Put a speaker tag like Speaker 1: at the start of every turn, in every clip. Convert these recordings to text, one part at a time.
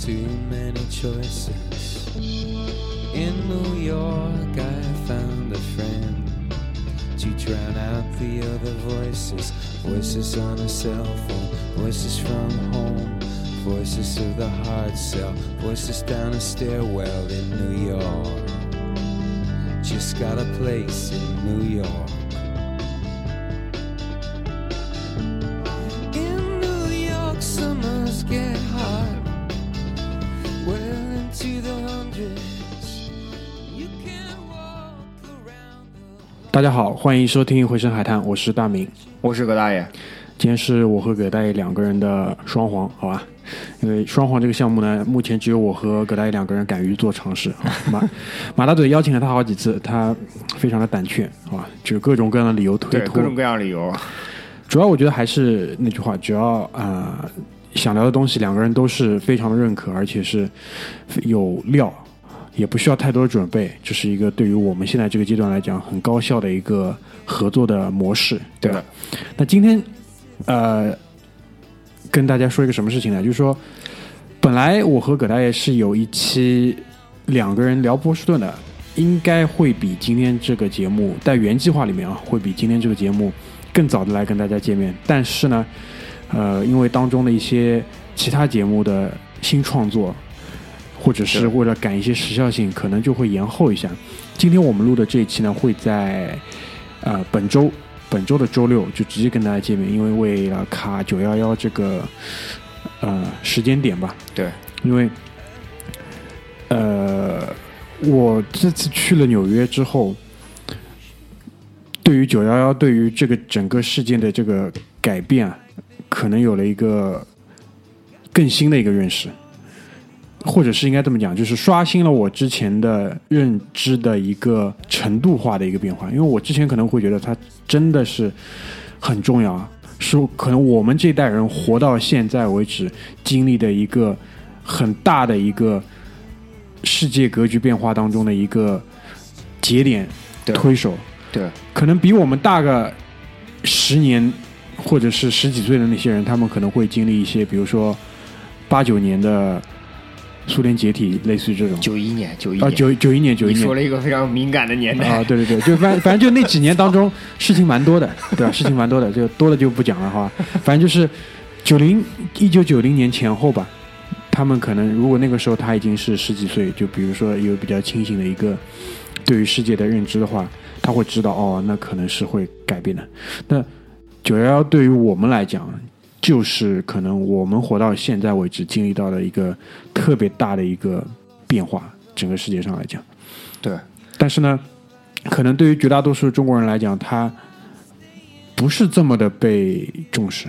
Speaker 1: too many choices. In New York, I found a friend to drown out the other voices. Voices on a cell phone, voices from home, voices of the hard sell, voices down a stairwell in New York. Just got a place in New York. In New York, summers get hot. Well into the hundreds. You can walk around the
Speaker 2: 大家好，欢迎收听《回声海滩》，我是大明。
Speaker 3: 我是葛大爷，
Speaker 2: 今天是我和葛大爷两个人的双簧，好吧？因为双簧这个项目呢，目前只有我和葛大爷两个人敢于做尝试。好吧 马马大嘴邀请了他好几次，他非常的胆怯，好吧？就各种各样的理由推
Speaker 3: 对
Speaker 2: 脱
Speaker 3: 各。种各样的理由，
Speaker 2: 主要我觉得还是那句话，只要啊、呃想聊的东西，两个人都是非常的认可，而且是有料，也不需要太多的准备，这是一个对于我们现在这个阶段来讲很高效的一个合作的模式，对吧？那今天呃，跟大家说一个什么事情呢？就是说，本来我和葛大爷是有一期两个人聊波士顿的，应该会比今天这个节目在原计划里面啊，会比今天这个节目更早的来跟大家见面。但是呢，呃，因为当中的一些其他节目的新创作，或者是
Speaker 3: 对
Speaker 2: 为了赶一些时效性，可能就会延后一下。今天我们录的这一期呢，会在呃本周本周的周六就直接跟大家见面，因为为了卡九幺幺这个呃时间点吧，
Speaker 3: 对，
Speaker 2: 因为呃我这次去了纽约之后，对于九幺幺对于这个整个事件的这个改变、啊，可能有了一个更新的一个认识。或者是应该这么讲，就是刷新了我之前的认知的一个程度化的一个变化。因为我之前可能会觉得它真的是很重要啊，是可能我们这一代人活到现在为止经历的一个很大的一个世界格局变化当中的一个节点
Speaker 3: 对
Speaker 2: 推手，
Speaker 3: 对
Speaker 2: 可能比我们大个十年或者是十几岁的那些人，他们可能会经历一些，比如说八九年的苏联解体，类似于这种。
Speaker 3: 九一年，九一
Speaker 2: 啊，
Speaker 3: 年，
Speaker 2: 九九一年，九一
Speaker 3: 你
Speaker 2: 年
Speaker 3: 说了一个非常敏感的年代，
Speaker 2: 啊，对对对，就反反正就那几年当中事情蛮多的，对吧？事情蛮多的，就多了就不讲了，好吧？反正就是九零一九九零年前后吧，他们可能如果那个时候他已经是十几岁，就比如说有比较清醒的一个对于世界的认知的话，他会知道哦，那可能是会改变的。那九幺幺对于我们来讲，就是可能我们活到现在为止经历到的一个特别大的一个变化，整个世界上来讲。
Speaker 3: 对
Speaker 2: 但是呢，可能对于绝大多数中国人来讲，他不是这么的被重视，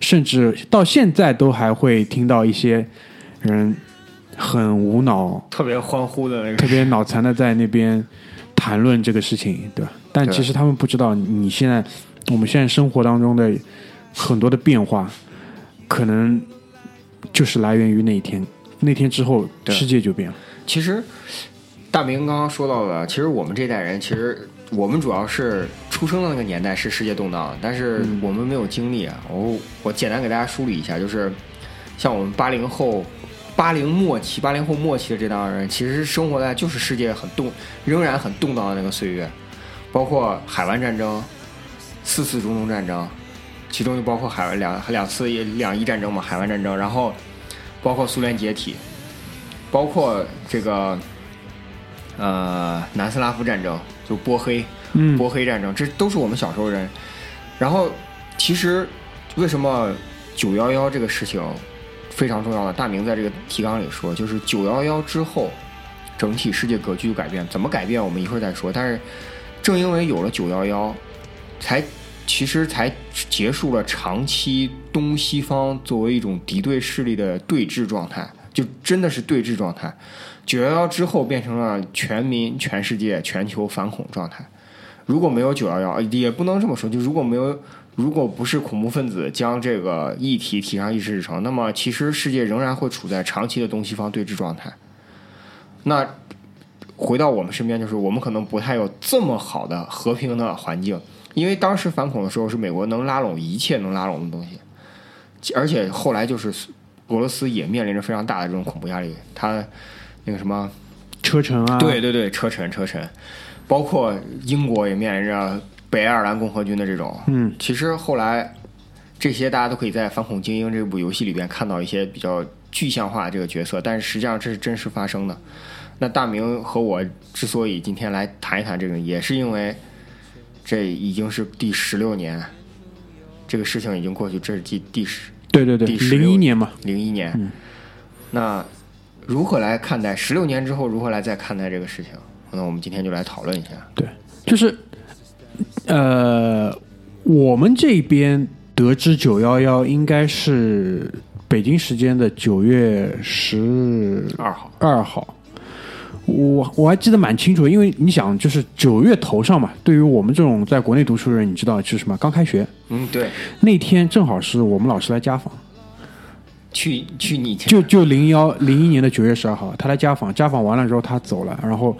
Speaker 2: 甚至到现在都还会听到一些人很无脑、
Speaker 3: 特别欢呼的那
Speaker 2: 特
Speaker 3: 个，
Speaker 2: 别脑残的在那边谈论这个事情，对吧？但
Speaker 3: 对
Speaker 2: 其实他们不知道，你现在我们现在生活当中的很多的变化，可能就是来源于那一天。那天之后，
Speaker 3: 对
Speaker 2: 世界就变了。
Speaker 3: 其实大明刚刚说到了，其实我们这代人，其实我们主要是出生的那个年代是世界动荡，但是我们没有经历啊。我我简单给大家梳理一下，就是像我们八零后。八零末期，八零后末期的这帮人，其实生活在就是世界很动，仍然很动荡的那个岁月，包括海湾战争、四次中东战争，其中就包括海湾两两次也两伊战争嘛，海湾战争，然后包括苏联解体，包括这个呃南斯拉夫战争，就波黑
Speaker 2: 嗯
Speaker 3: 波黑战争，这都是我们小时候人。然后其实为什么九幺幺这个事情非常重要呢？大明在这个提纲里说，就是九幺幺之后，整体世界格局就改变，怎么改变我们一会儿再说。但是正因为有了九幺幺，才其实才结束了长期东西方作为一种敌对势力的对峙状态，就真的是对峙状态。九幺幺之后变成了全民、全世界、全球反恐状态。如果没有九幺幺，也不能这么说，就如果没有，如果不是恐怖分子将这个议题提上议事日程，那么其实世界仍然会处在长期的东西方对峙状态。那回到我们身边，就是我们可能不太有这么好的和平的环境，因为当时反恐的时候是美国能拉拢一切能拉拢的东西，而且后来就是俄罗斯也面临着非常大的这种恐怖压力，它那个什么，
Speaker 2: 车臣啊，
Speaker 3: 对对对，车臣车臣，包括英国也面临着北爱尔兰共和军的这种，
Speaker 2: 嗯，
Speaker 3: 其实后来这些大家都可以在《反恐精英》这部游戏里边看到一些比较具象化的这个角色，但是实际上这是真实发生的。那大明和我之所以今天来谈一谈这个，也是因为这已经是第十六年，这个事情已经过去，这是第第十
Speaker 2: 对对对，
Speaker 3: 第十六
Speaker 2: 零一年嘛，
Speaker 3: 零一年。那如何来看待十六年之后如何来再看待这个事情？那我们今天就来讨论一下。
Speaker 2: 对，就是呃，我们这边得知九幺幺应该是北京时间的九月十
Speaker 3: 二号，
Speaker 2: 二号。我我还记得蛮清楚，因为你想，就是九月头上嘛，对于我们这种在国内读书的人，你知道是什么？刚开学
Speaker 3: 嗯，对，
Speaker 2: 那天，正好是我们老师来家访，
Speaker 3: 去去你家
Speaker 2: 就就零幺零一年的九月十二号，他来家访，家访完了之后他走了，然后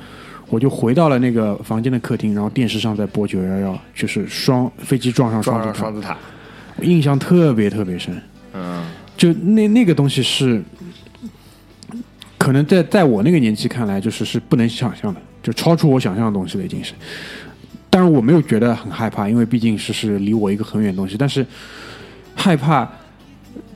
Speaker 2: 我就回到了那个房间的客厅，然后电视上在播九幺幺，就是双飞机撞上
Speaker 3: 撞
Speaker 2: 双
Speaker 3: 上
Speaker 2: 子塔
Speaker 3: 双，子塔。
Speaker 2: 印象特别特别深。
Speaker 3: 嗯，
Speaker 2: 就那那个东西是，可能在在我那个年纪看来，就是是不能想象的，就超出我想象的东西了，已经是。当然我没有觉得很害怕，因为毕竟是是离我一个很远的东西。但是害怕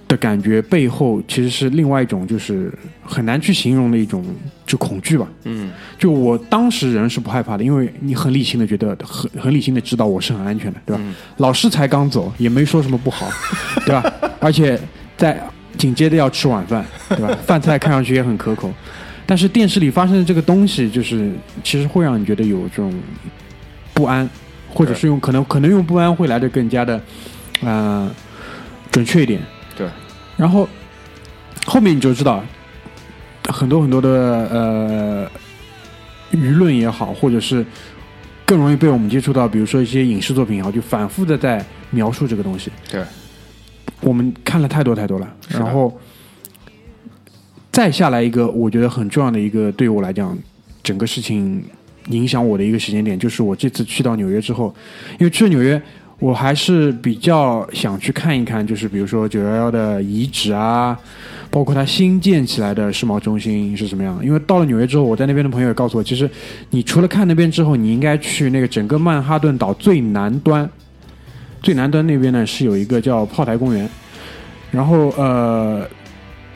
Speaker 2: 的感觉背后其实是另外一种，就是很难去形容的一种就恐惧吧。
Speaker 3: 嗯，
Speaker 2: 就我当时人是不害怕的，因为你很理性的觉得很很理性的知道我是很安全的，对吧？老师才刚走，也没说什么不好，对吧？而且在紧接着要吃晚饭，对吧？饭菜看上去也很可口，但是电视里发生的这个东西，就是其实会让你觉得有这种不安，或者是用可能可能用不安会来的更加的，呃，准确一点。
Speaker 3: 对，
Speaker 2: 然后后面你就知道，很多很多的呃舆论也好，或者是更容易被我们接触到，比如说一些影视作品也好，就反复的在描述这个东西。
Speaker 3: 对，
Speaker 2: 我们看了太多太多了，
Speaker 3: 的
Speaker 2: 然后再下来一个，我觉得很重要的一个，对我来讲，整个事情影响我的一个时间点，就是我这次去到纽约之后，因为去了纽约，我还是比较想去看一看，就是比如说九幺幺的遗址啊，包括它新建起来的世贸中心是什么样的。因为到了纽约之后，我在那边的朋友也告诉我，其实你除了看那边之后，你应该去那个整个曼哈顿岛最南端。最南端那边呢是有一个叫炮台公园，然后呃，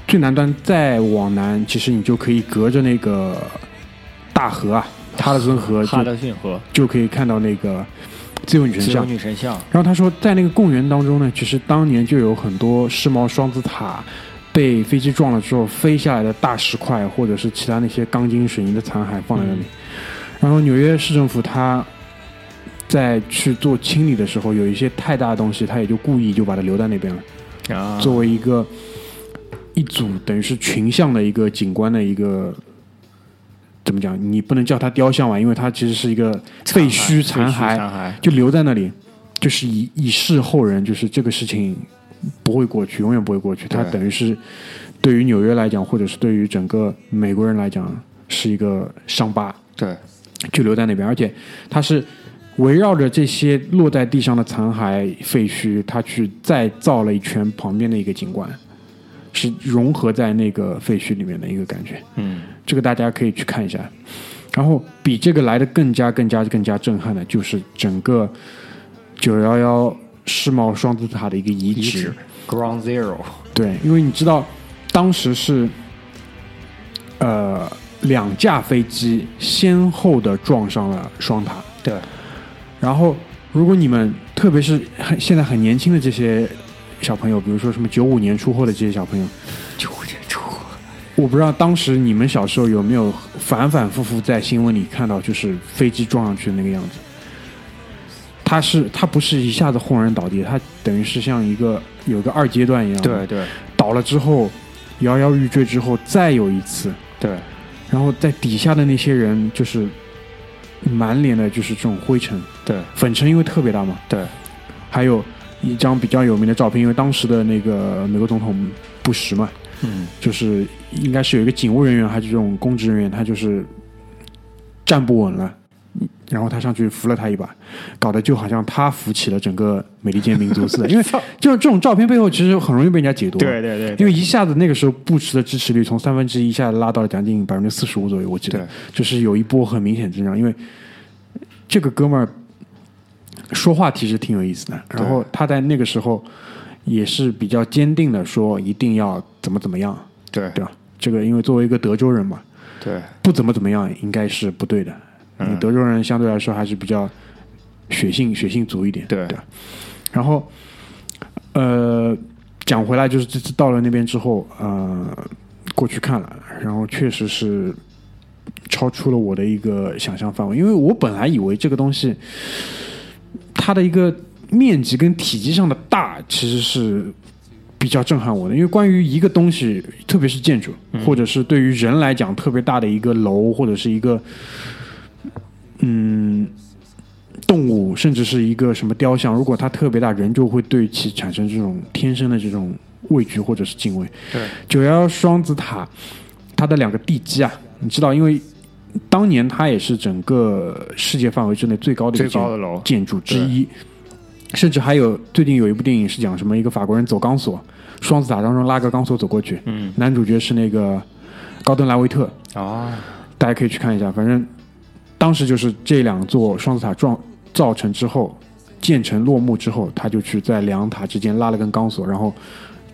Speaker 2: 最南端再往南，其实你就可以隔着那个大河啊，哈德森河就
Speaker 3: 哈德逊河
Speaker 2: 就可以看到那个自由女神
Speaker 3: 自由
Speaker 2: 像。
Speaker 3: 女呃神像。
Speaker 2: 然后他说，在那个公园当中呢，其实当年就有很多世贸双子塔被飞机撞了之后飞下来的大石块，或者是其他那些钢筋水泥的残骸放在那里。然后纽约市政府它在去做清理的时候，有一些太大的东西，它也就故意就把它留在那边了。
Speaker 3: 啊，
Speaker 2: 作为一个一组等于是群像的一个景观的一个。怎么讲？你不能叫它雕像吧，因为它其实是一个废墟
Speaker 3: 残
Speaker 2: 残骸，
Speaker 3: 残
Speaker 2: 就留在那里，就是以以示后人，就是这个事情不会过去，永远不会过去。它
Speaker 3: 对
Speaker 2: 等于是对于纽约来讲，或者是对于整个美国人来讲，是一个伤疤，
Speaker 3: 骸。对，
Speaker 2: 就留在那边。而且它是围绕着这些落在地上的残骸、废墟，它去再造了一圈旁边的一个景观，是融合在那个废墟里面的一个感觉。
Speaker 3: 嗯，
Speaker 2: 这个大家可以去看一下。然后比这个来的更加、更加、更加震撼的，就是整个九幺幺世贸双子塔的一个遗址。
Speaker 3: 遗址 Ground Zero。
Speaker 2: 对，因为你知道，当时是呃两架飞机先后的撞上了双塔，
Speaker 3: 对，
Speaker 2: 然后，如果你们特别是很现在很年轻的这些小朋友，比如说什么九五年出后的这些小朋友，
Speaker 3: 九五年出货。
Speaker 2: 我不知道当时你们小时候有没有反反复复在新闻里看到，就是飞机撞上去的那个样子。它是它不是一下子轰然倒地，它等于是像一个有个二阶段一样，
Speaker 3: 对，对
Speaker 2: 倒了之后摇摇欲坠之后再有一次，
Speaker 3: 对，
Speaker 2: 然后在底下的那些人就是满脸的就是这种灰尘，
Speaker 3: 对
Speaker 2: 粉尘因为特别大嘛，
Speaker 3: 对，
Speaker 2: 还有一张比较有名的照片，因为当时的那个美国总统布什嘛，
Speaker 3: 嗯，
Speaker 2: 就是应该是有一个警务人员还是这种公职人员，他就是站不稳了，然后他上去扶了他一把，搞得就好像他扶起了整个美利坚民族似的。 因为这种这种照片背后其实很容易被人家解读。啊
Speaker 3: 对对对对
Speaker 2: 因为一下子那个时候布什的支持率从三分之一一下拉到了将近百分之四十五左右，我记
Speaker 3: 对
Speaker 2: 得就是有一波很明显增长，因为这个哥们儿说话其实挺有意思的，然后他在那个时候也是比较坚定的说一定要怎么怎么样，
Speaker 3: 对
Speaker 2: 对吧？这个因为作为一个德州人嘛，
Speaker 3: 对
Speaker 2: 不怎么怎么样应该是不对的，因
Speaker 3: 嗯
Speaker 2: 为德州人相对来说还是比较血性血性足一点，
Speaker 3: 对
Speaker 2: 对吧然后呃，讲回来就是这次到了那边之后，呃，过去看了，然后确实是超出了我的一个想象范围，因为我本来以为这个东西它的一个面积跟体积上的大其实是比较震撼我的，因为关于一个东西，特别是建筑，或者是对于人来讲特别大的一个楼，或者是一个嗯动物，甚至是一个什么雕像，如果它特别大，人就会对其产生这种嗯天生的这种畏惧或者是敬畏。
Speaker 3: 对
Speaker 2: 九幺幺双子塔，它的两个地基啊，你知道，因为当年它也是整个世界范围之内最高的一个
Speaker 3: 最高
Speaker 2: 建
Speaker 3: 的楼
Speaker 2: 建筑之一，甚至还有最近有一部电影是讲什么一个法国人走钢索，双子塔当中拉个钢索走过去，
Speaker 3: 嗯
Speaker 2: 男主角是那个高登莱维特，
Speaker 3: 哦，
Speaker 2: 大家可以去看一下。反正当时就是这两座双子塔撞造成之后，建成落幕之后，他就去在两塔之间拉了根钢索，然后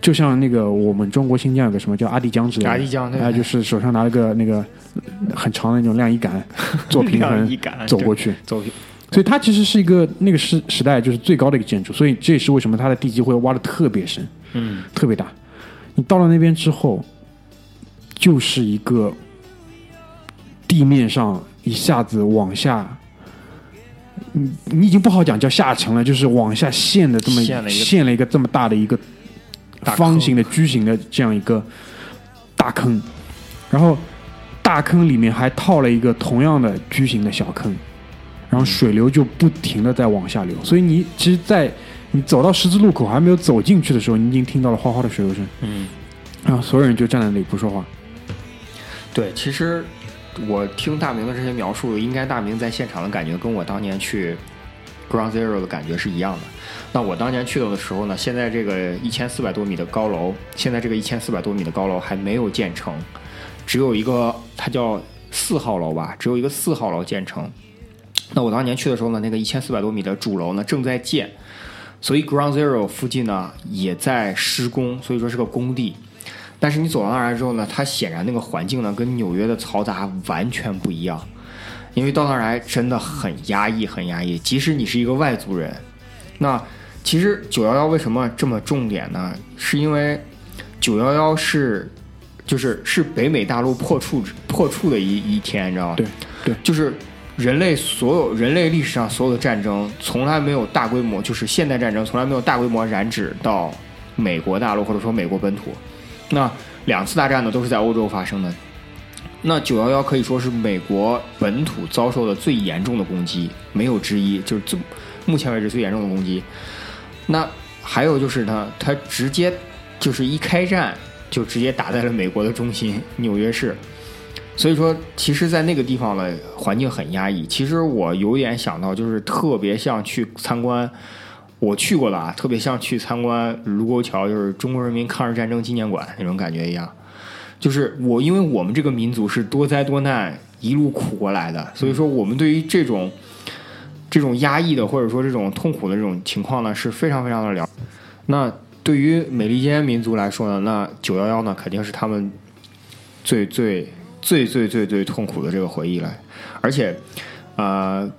Speaker 2: 就像那个我们中国新疆有个什么叫阿蒂江之类的，
Speaker 3: 阿蒂江对
Speaker 2: 他哎就是手上拿了个那个很长的那种晾衣杆做 平
Speaker 3: 量
Speaker 2: 衡
Speaker 3: 一杆
Speaker 2: 走过去，
Speaker 3: 走去
Speaker 2: 所以它其实是一个那个时时代就是最高的一个建筑，所以这也是为什么它的地基会挖的特别深。
Speaker 3: 嗯
Speaker 2: 特别大。你到了那边之后，就是一个地面上一下子往下，你你已经不好讲叫下沉了，就是往下陷的这么
Speaker 3: 陷了一个
Speaker 2: 陷了一个这么大的一个
Speaker 3: 大坑
Speaker 2: 方形的矩形的这样一个大坑，然后大坑里面还套了一个同样的矩形的小坑，然后水流就不停的在往下流，所以你其实，在你走到十字路口还没有走进去的时候，你已经听到了哗哗的水流声，
Speaker 3: 嗯。
Speaker 2: 然后啊所有人就站在那里不说话。
Speaker 3: 对，其实我听大明的这些描述，应该大明在现场的感觉跟我当年去 Ground Zero 的感觉是一样的。那我当年去到的时候呢，现在这个一千四百多米的高楼，现在这个一千四百多米的高楼还没有建成，只有一个它叫四号楼吧，只有一个四号楼建成。那我当年去的时候呢，那个一千四百多米的主楼呢正在建，所以 Ground Zero 附近呢也在施工，所以说是个工地。但是你走到那儿来之后呢，它显然那个环境呢跟纽约的嘈杂完全不一样，因为到那儿来真的很压抑，很压抑。即使你是一个外族人，那其实九幺幺为什么这么重点呢？是因为九幺幺是就是是北美大陆破处破处的一一天，你知道吗？
Speaker 2: 对，对，
Speaker 3: 就是人类所有人类历史上所有的战争，从来没有大规模，就是现代战争从来没有大规模染指到美国大陆或者说美国本土。那两次大战呢，都是在欧洲发生的。那九幺幺可以说是美国本土遭受的最严重的攻击，没有之一，就是最目前为止最严重的攻击。那还有就是呢，它直接就是一开战就直接打在了美国的中心纽约市，所以说，其实，在那个地方的环境很压抑。其实我有点想到，就是特别像去参观，我去过的啊，特别像去参观卢沟桥，就是中国人民抗日战争纪念馆那种感觉一样。就是我，因为我们这个民族是多灾多难一路苦过来的，所以说我们对于这种这种压抑的或者说这种痛苦的这种情况呢，是非常非常的了解。那对于美利坚民族来说呢，那九幺幺呢，肯定是他们最最最最最最痛苦的这个回忆了。而且，呃，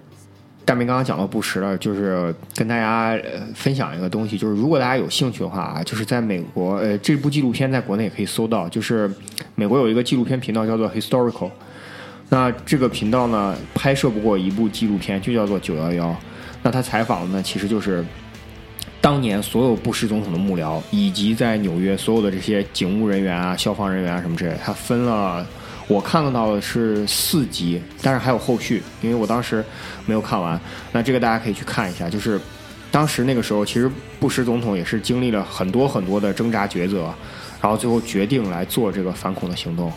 Speaker 3: 大明刚刚讲到布什了，就是跟大家、呃、分享一个东西，就是如果大家有兴趣的话啊，就是在美国，呃，这部纪录片在国内也可以搜到，就是美国有一个纪录片频道叫做 Historical。那这个频道呢，拍摄不过一部纪录片，就叫做《九幺幺》。那他采访的呢，其实就是当年所有布什总统的幕僚，以及在纽约所有的这些警务人员啊、消防人员啊什么之类的，他分了。我看得到的是四集，但是还有后续，因为我当时没有看完。那这个大家可以去看一下，就是当时那个时候，其实布什总统也是经历了很多很多的挣扎抉择，然后最后决定来做这个反恐的行动。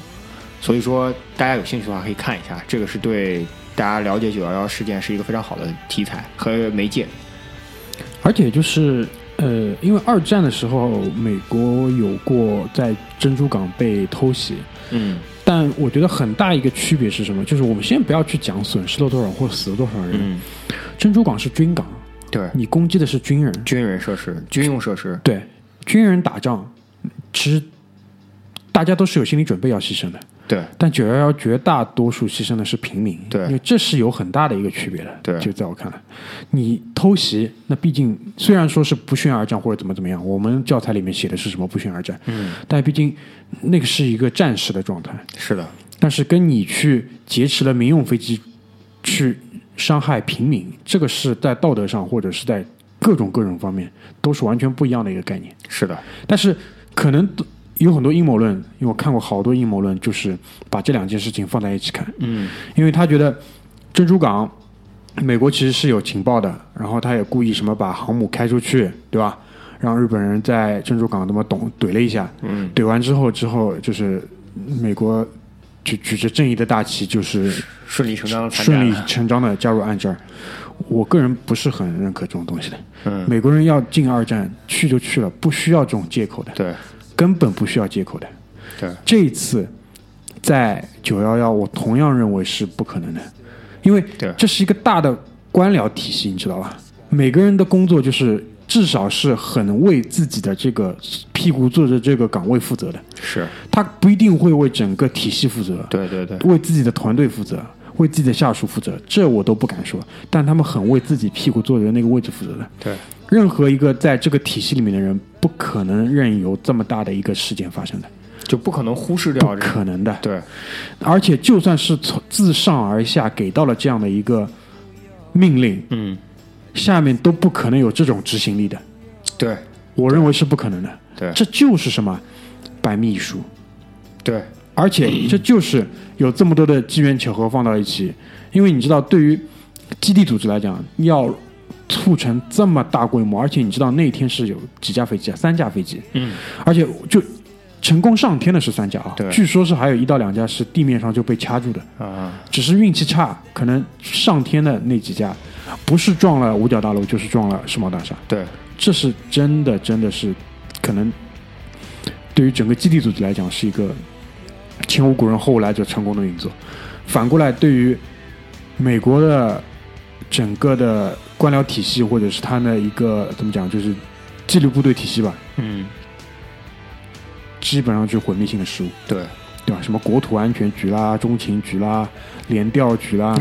Speaker 3: 所以说，大家有兴趣的话可以看一下，这个是对大家了解九幺幺事件是一个非常好的题材和媒介。
Speaker 2: 而且就是呃，因为二战的时候，美国有过在珍珠港被偷袭，
Speaker 3: 嗯
Speaker 2: 但我觉得很大一个区别是什么？就是我们先不要去讲损失了多少或死了多少人，
Speaker 3: 嗯，
Speaker 2: 珍珠港是军港，
Speaker 3: 对，
Speaker 2: 你攻击的是军人，
Speaker 3: 军人设施、军用设施，
Speaker 2: 对，军人打仗，其实大家都是有心理准备要牺牲的，
Speaker 3: 对
Speaker 2: 但九幺幺绝大多数牺牲的是平民，
Speaker 3: 对
Speaker 2: 因为这是有很大的一个区别的，
Speaker 3: 对
Speaker 2: 就在我看来，你偷袭，那毕竟虽然说是不宣而战或者怎么怎么样，我们教材里面写的是什么不宣而战，嗯，但毕竟那个是一个战时的状态，
Speaker 3: 是的，
Speaker 2: 但是跟你去劫持了民用飞机去伤害平民，这个是在道德上或者是在各种各种方面都是完全不一样的一个概念。
Speaker 3: 是的，
Speaker 2: 但是可能有很多阴谋论，因为我看过好多阴谋论，就是把这两件事情放在一起看，
Speaker 3: 嗯，
Speaker 2: 因为他觉得珍珠港美国其实是有情报的，然后他也故意什么把航母开出去，对吧？让日本人在珍珠港那么懂怼了一下，
Speaker 3: 嗯，
Speaker 2: 怼完之后之后就是美国举举着正义的大旗，就是
Speaker 3: 顺理成章的参战
Speaker 2: 顺理
Speaker 3: 了
Speaker 2: 成章的加入暗战。我个人不是很认可这种东西的。
Speaker 3: 嗯
Speaker 2: 美国人要进二战去就去了，不需要这种借口的。
Speaker 3: 对
Speaker 2: 根本不需要借口的。
Speaker 3: 对，
Speaker 2: 这一次在九幺幺，我同样认为是不可能的，因为
Speaker 3: 对
Speaker 2: 这是一个大的官僚体系，你知道吧？每个人的工作就是至少是很为自己的这个屁股坐着这个岗位负责的，
Speaker 3: 是，
Speaker 2: 他不一定会为整个体系负责，
Speaker 3: 对对对，
Speaker 2: 为自己的团队负责。为自己的下属负责，这我都不敢说，但他们很为自己屁股坐着的那个位置负责的。
Speaker 3: 对
Speaker 2: 任何一个在这个体系里面的人，不可能任由这么大的一个事件发生的。
Speaker 3: 就不可能忽视掉
Speaker 2: 不
Speaker 3: 这个，
Speaker 2: 可能的。
Speaker 3: 对
Speaker 2: 而且就算是从自上而下给到了这样的一个命令，
Speaker 3: 嗯
Speaker 2: 下面都不可能有这种执行力的。
Speaker 3: 对
Speaker 2: 我认为是不可能的。
Speaker 3: 对
Speaker 2: 这就是什么白秘书，
Speaker 3: 对
Speaker 2: 而 且这就是有这么多的机缘巧合放到一起，因为你知道，对于基地组织来讲，要促成这么大规模，而且你知道那天是有几架飞机啊，三架飞机，
Speaker 3: 嗯
Speaker 2: 而且就成功上天的是三架啊
Speaker 3: 对，
Speaker 2: 据说是还有一到两架是地面上就被掐住的，
Speaker 3: 啊
Speaker 2: 只是运气差，可能上天的那几架不是撞了五角大楼，就是撞了世贸大厦，
Speaker 3: 对
Speaker 2: 这是真的，真的是可能对于整个基地组织来讲是一个前无古人后无来者成功的运作。反过来，对于美国的整个的官僚体系，或者是他的一个怎么讲，就是纪律部队体系吧，
Speaker 3: 嗯
Speaker 2: 基本上就是毁灭性的失误。
Speaker 3: 对
Speaker 2: 对吧？什么国土安全局啦、中情局啦、联调局啦，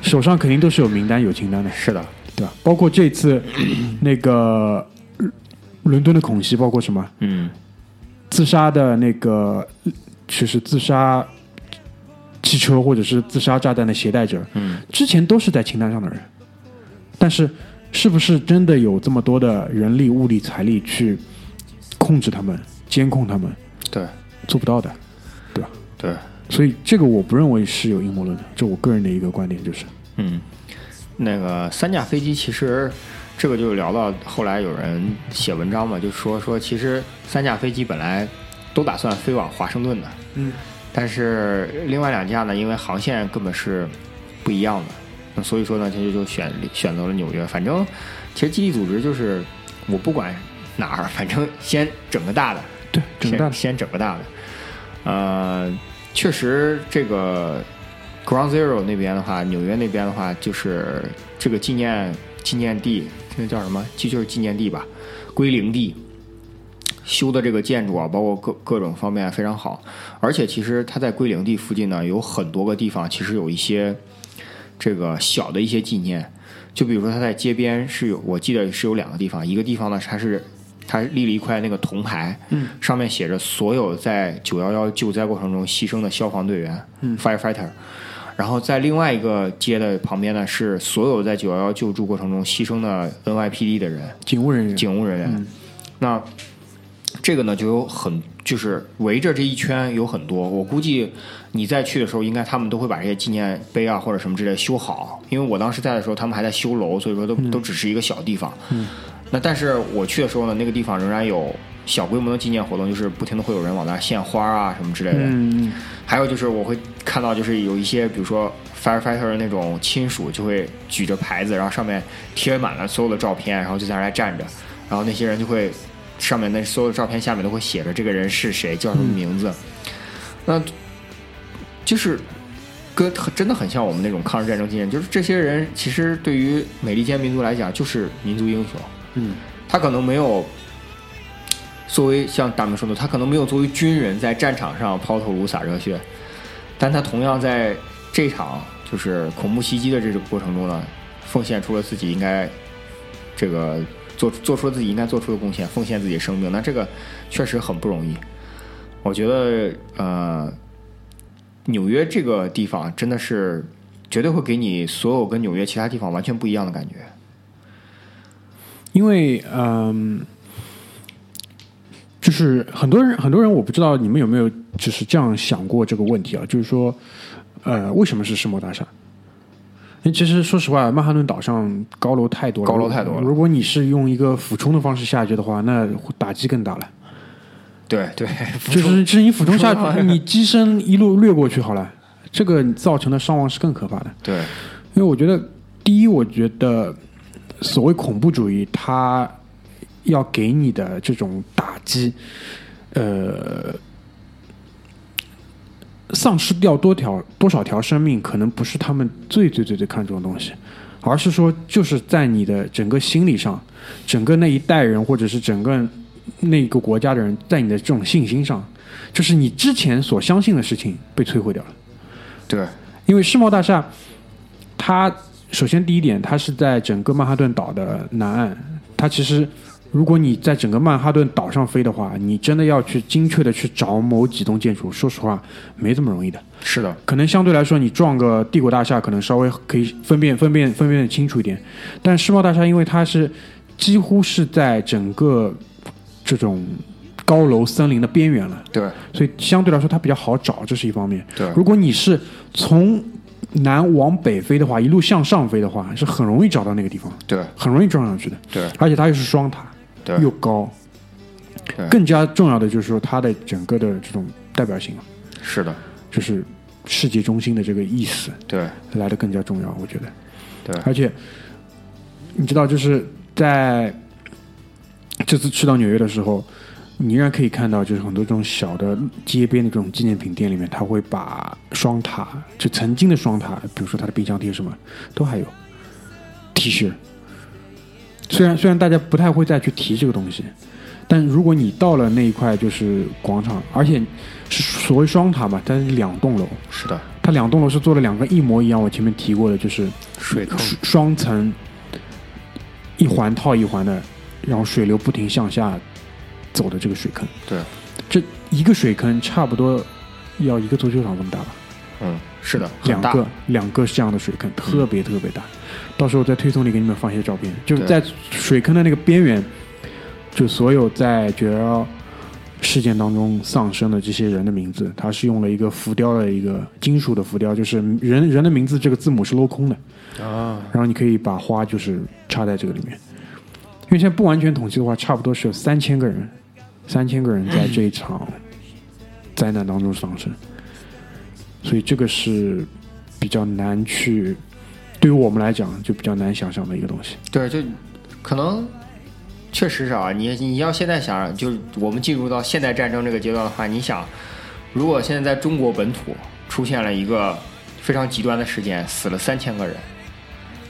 Speaker 2: 手上肯定都是有名单、有清单的，
Speaker 3: 是的，
Speaker 2: 对吧？包括这次那个呃伦敦的恐袭，包括什么
Speaker 3: 嗯
Speaker 2: 自杀的那个，呃就是自杀汽车或者是自杀炸弹的携带者，
Speaker 3: 嗯
Speaker 2: 之前都是在清单上的人，但是是不是真的有这么多的人力、物力、财力去控制他们、监控他们？
Speaker 3: 对
Speaker 2: 做不到的。
Speaker 3: 对。
Speaker 2: 所以这个我不认为是有阴谋论的，这我个人的一个观点就是，
Speaker 3: 嗯，那个三架飞机其实这个就聊到后来有人写文章嘛，就说说其实三架飞机本来都打算飞往华盛顿的，
Speaker 2: 嗯，
Speaker 3: 但是另外两架呢，因为航线根本是不一样的，那所以说呢，他就就选选择了纽约。反正其实基地组织就是我不管哪儿，反正先整个大的，
Speaker 2: 对，整个大
Speaker 3: 先
Speaker 2: 的，
Speaker 3: 先整个大的。呃，确实这个 Ground Zero 那边的话，纽约那边的话，就是这个纪念纪念地，那叫什么？就就是纪念地吧，归零地。修的这个建筑啊，包括各各种方面非常好，而且其实它在归零地附近呢，有很多个地方其实有一些这个小的一些纪念，就比如说它在街边是有，我记得是有两个地方，一个地方呢它是它立了一块那个铜牌，
Speaker 2: 嗯，
Speaker 3: 上面写着所有在九幺幺救灾过程中牺牲的消防队员，
Speaker 2: 嗯
Speaker 3: ，firefighter。然后在另外一个街的旁边呢，是所有在九幺幺救助过程中牺牲的 NYPD 的人，
Speaker 2: 警务人员，
Speaker 3: 警务人员。那这个呢，就有很就是围着这一圈有很多。我估计你再去的时候，应该他们都会把这些纪念碑啊或者什么之类修好。因为我当时在的时候，他们还在修楼，所以说都、都只是一个小地方。嗯、那但是我去的时候呢，那个地方仍然有小规模的纪念活动，就是不停的会有人往那儿献花啊什么之类的。
Speaker 2: 嗯，嗯
Speaker 3: 还有就是我会看到就是有一些，比如说 firefighter 的那种亲属就会举着牌子，然后上面贴满了所有的照片，然后就在那儿站着，然后那些人就会上面那所有的照片下面都会写着这个人是谁，叫什么名字。那就是跟很真的很像我们那种抗日战争经验，就是这些人其实对于美利坚民族来讲就是民族英雄，
Speaker 2: 嗯，
Speaker 3: 他可能没有作为像大明说的，他可能没有作为军人在战场上抛头颅洒热血，但他同样在这场就是恐怖袭击的这个过程中呢，奉献出了自己应该这个做做出了自己应该做出的贡献，奉献自己的生命。那这个确实很不容易。我觉得呃，纽约这个地方真的是绝对会给你所有跟纽约其他地方完全不一样的感觉。
Speaker 2: 因为嗯、就是很多人很多人我不知道你们有没有就是这样想过这个问题啊，就是说，呃，为什么是世贸大厦？因为其实说实话，曼哈顿岛上高楼太多了，
Speaker 3: 高楼太多了
Speaker 2: 如果你是用一个俯冲的方式下去的话，那打击更大了。
Speaker 3: 对对，
Speaker 2: 就是就是你俯冲下
Speaker 3: 俯
Speaker 2: 去，
Speaker 3: 冲
Speaker 2: 你机身一路掠过去好了，这个造成的伤亡是更可怕的。
Speaker 3: 对
Speaker 2: 因为我觉得，第一，我觉得所谓恐怖主义，它要给你的这种打击，呃，丧失掉多条多少条生命，可能不是他们最最最最看重的东西，而是说，就是在你的整个心理上，整个那一代人，或者是整个那个国家的人，在你的这种信心上，就是你之前所相信的事情被摧毁掉了。
Speaker 3: 对。
Speaker 2: 因为世贸大厦，它首先第一点，它是在整个曼哈顿岛的南岸，它其实。如果你在整个曼哈顿岛上飞的话，你真的要去精确的去找某几栋建筑，说实话，没这么容易的。
Speaker 3: 是的，
Speaker 2: 可能相对来说，你撞个帝国大厦，可能稍微可以分辨、分辨、分辨的清楚一点。但世贸大厦，因为它是几乎是在整个这种高楼森林的边缘了，
Speaker 3: 对
Speaker 2: 所以相对来说它比较好找，这是一方面。
Speaker 3: 对
Speaker 2: 如果你是从南往北飞的话，一路向上飞的话，是很容易找到那个地方，
Speaker 3: 对
Speaker 2: 很容易撞上去的。
Speaker 3: 对
Speaker 2: 而且它又是双塔，
Speaker 3: 对
Speaker 2: 又高
Speaker 3: 对，
Speaker 2: 更加重要的就是说它的整个的这种代表性，
Speaker 3: 是的，
Speaker 2: 就是世界中心的这个意思
Speaker 3: 对
Speaker 2: 来的更加重要，我觉得。
Speaker 3: 对
Speaker 2: 而且你知道，就是在这次去到纽约的时候，你依然可以看到，就是很多这种小的街边的这种纪念品店里面，他会把双塔，就曾经的双塔，比如说它的冰箱贴什么，都还有 T 恤。虽然虽然大家不太会再去提这个东西，但如果你到了那一块就是广场，而且是所谓双塔嘛，它是两栋楼，
Speaker 3: 是的，
Speaker 2: 它两栋楼是做了两个一模一样，我前面提过的，就是
Speaker 3: 水坑
Speaker 2: 双双层一环套一环的，然后水流不停向下走的这个水坑。
Speaker 3: 对，
Speaker 2: 这一个水坑差不多要一个足球场这么大吧，
Speaker 3: 嗯，是的，很
Speaker 2: 两
Speaker 3: 大嗯
Speaker 2: 个两个这样的水坑，特别特别大。到时候在推送里给你们放一些照片，就是在水坑的那个边缘，就所有在九幺幺事件当中丧生的这些人的名字，它是用了一个浮雕的一个金属的浮雕，就是人人的名字这个字母是镂空的，
Speaker 3: 啊，
Speaker 2: 然后你可以把花就是插在这个里面，因为现在不完全统计的话，差不多是有三千个人，三千个人在这一场灾难当中丧生，所以这个是比较难去，对于我们来讲就比较难想象的一个东西。
Speaker 3: 对，就可能确实是啊，你你要现在想，就是我们进入到现代战争这个阶段的话，你想，如果现在在中国本土出现了一个非常极端的事件，死了三千个人，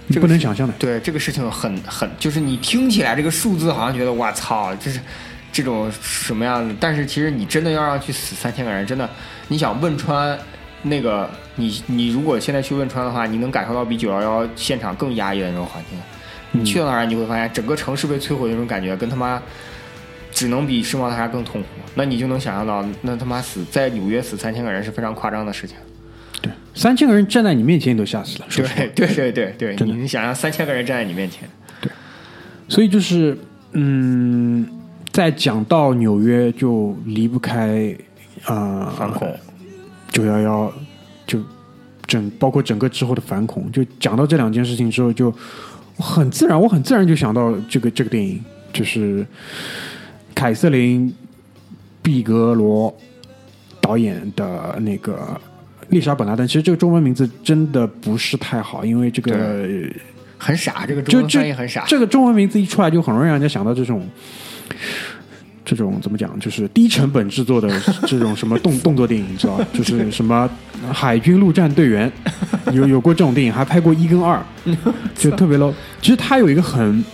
Speaker 2: 你
Speaker 3: 这个
Speaker 2: 不能
Speaker 3: 是
Speaker 2: 想象的，
Speaker 3: 对这个事情很很，就是你听起来这个数字好像觉得哇操，这是这种什么样的？但是其实你真的要让去死三千个人，真的，你想汶川那个你你如果现在去汶川的话，你能感受到比九幺幺现场更压抑的那种环境。你去到那儿，你会发现整个城市被摧毁的那种感觉，跟他妈只能比世贸大厦更痛苦。那你就能想象到，那他妈死在纽约死三千个人是非常夸张的事情。
Speaker 2: 对，三千个人站在你面前你都吓死了，说实话
Speaker 3: 对对对对对，
Speaker 2: 真
Speaker 3: 你
Speaker 2: 的
Speaker 3: 你想象三千个人站在你面前，
Speaker 2: 所以就是，嗯，在讲到纽约就离不开啊、
Speaker 3: 反恐。
Speaker 2: 九幺幺，就整包括整个之后的反恐，就讲到这两件事情之后，就我很自然，我很自然就想到这个这个电影，就是凯瑟琳·毕格罗导演的那个丽莎本拉登，其实这个中文名字真的不是太好，因为这个
Speaker 3: 很傻，这个中
Speaker 2: 就
Speaker 3: 文翻译
Speaker 2: 这
Speaker 3: 很傻。
Speaker 2: 这个中文名字一出来，就很容易让人家想到这种。这种怎么讲？就是低成本制作的 这种什么动动作电影，你知道吧？就是什么海军陆战队员，有有过这种电影，还拍过一跟二，就特别 low。其实它有一个很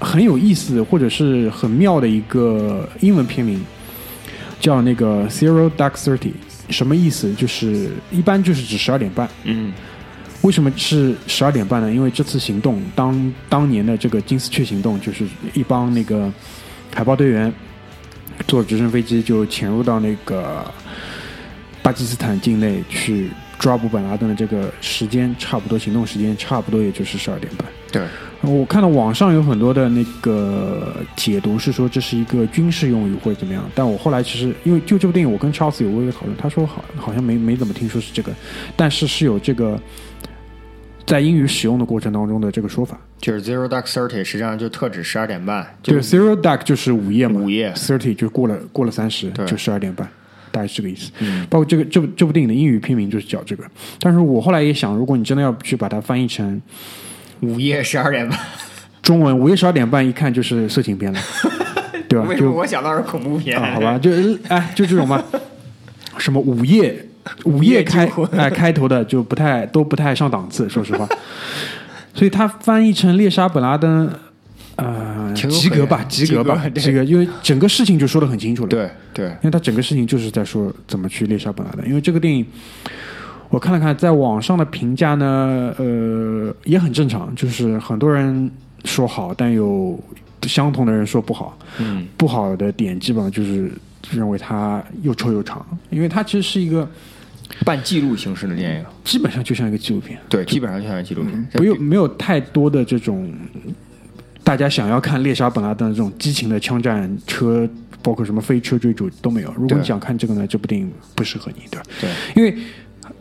Speaker 2: 很有意思或者是很妙的一个英文片名，叫那个 Zero Dark Thirty，什么意思？就是一般就是指十二点半，
Speaker 3: 嗯，
Speaker 2: 为什么是十二点半呢？因为这次行动当当年的这个金丝雀行动，就是一帮那个海豹队员坐直升飞机就潜入到那个巴基斯坦境内去抓捕本拉登的这个时间，差不多行动时间差不多也就是十二点半。
Speaker 3: 对，
Speaker 2: 我看到网上有很多的那个解读是说这是一个军事用语或者怎么样，但我后来其实因为就这部电影，我跟 Charles 有过一个讨论，他说好好像没没怎么听说是这个，但是是有这个在英语使用的过程当中的这个说法。
Speaker 3: 就是 Zero Dark Thirty，实际上就特指十二点半，就
Speaker 2: 对，zero dark 就是午夜嘛，
Speaker 3: 午夜
Speaker 2: ，thirty 就过了过了三十，
Speaker 3: 对
Speaker 2: 就十二点半，大概是这个意思。
Speaker 3: 嗯
Speaker 2: 包括这个这部这部电影的英语片名就是叫这个，但是我后来也想，如果你真的要去把它翻译成
Speaker 3: 午夜十二点半。
Speaker 2: 中文，午夜十二点半一看就是色情片 了，对吧？
Speaker 3: 为什
Speaker 2: 就
Speaker 3: 么我想到是恐怖片？
Speaker 2: 啊，好吧，就哎，就这种 嘛，什么午夜午夜开哎开头的就不太都不太上档次，说 实话。所以它翻译成猎杀本拉登，呃，
Speaker 3: 情有
Speaker 2: 及
Speaker 3: 可
Speaker 2: 格
Speaker 3: 原
Speaker 2: 吧，及格吧
Speaker 3: 及，格
Speaker 2: 及格，因为整个事情就说的很清楚了。
Speaker 3: 对对
Speaker 2: 因，为他整个事情就是在说怎么去猎杀本拉登。因为这个电影，我看了看，在网上的评价呢，呃，也很正常，就是很多人说好，但有相同的人说不好。
Speaker 3: 嗯，
Speaker 2: 不好的点基本上就是认为它又臭又长，因为它其实是一个
Speaker 3: 半记录形式的电影，
Speaker 2: 基本上就像一个纪录片，
Speaker 3: 对，基本上就像纪录片，
Speaker 2: 不用没有太多的这种大家想要看猎杀本拉登的这种激情的枪战车，包括什么飞车追逐都没有。如果
Speaker 3: 对
Speaker 2: 你想看这个呢，这部电影不适合你，对吧？
Speaker 3: 对，
Speaker 2: 因为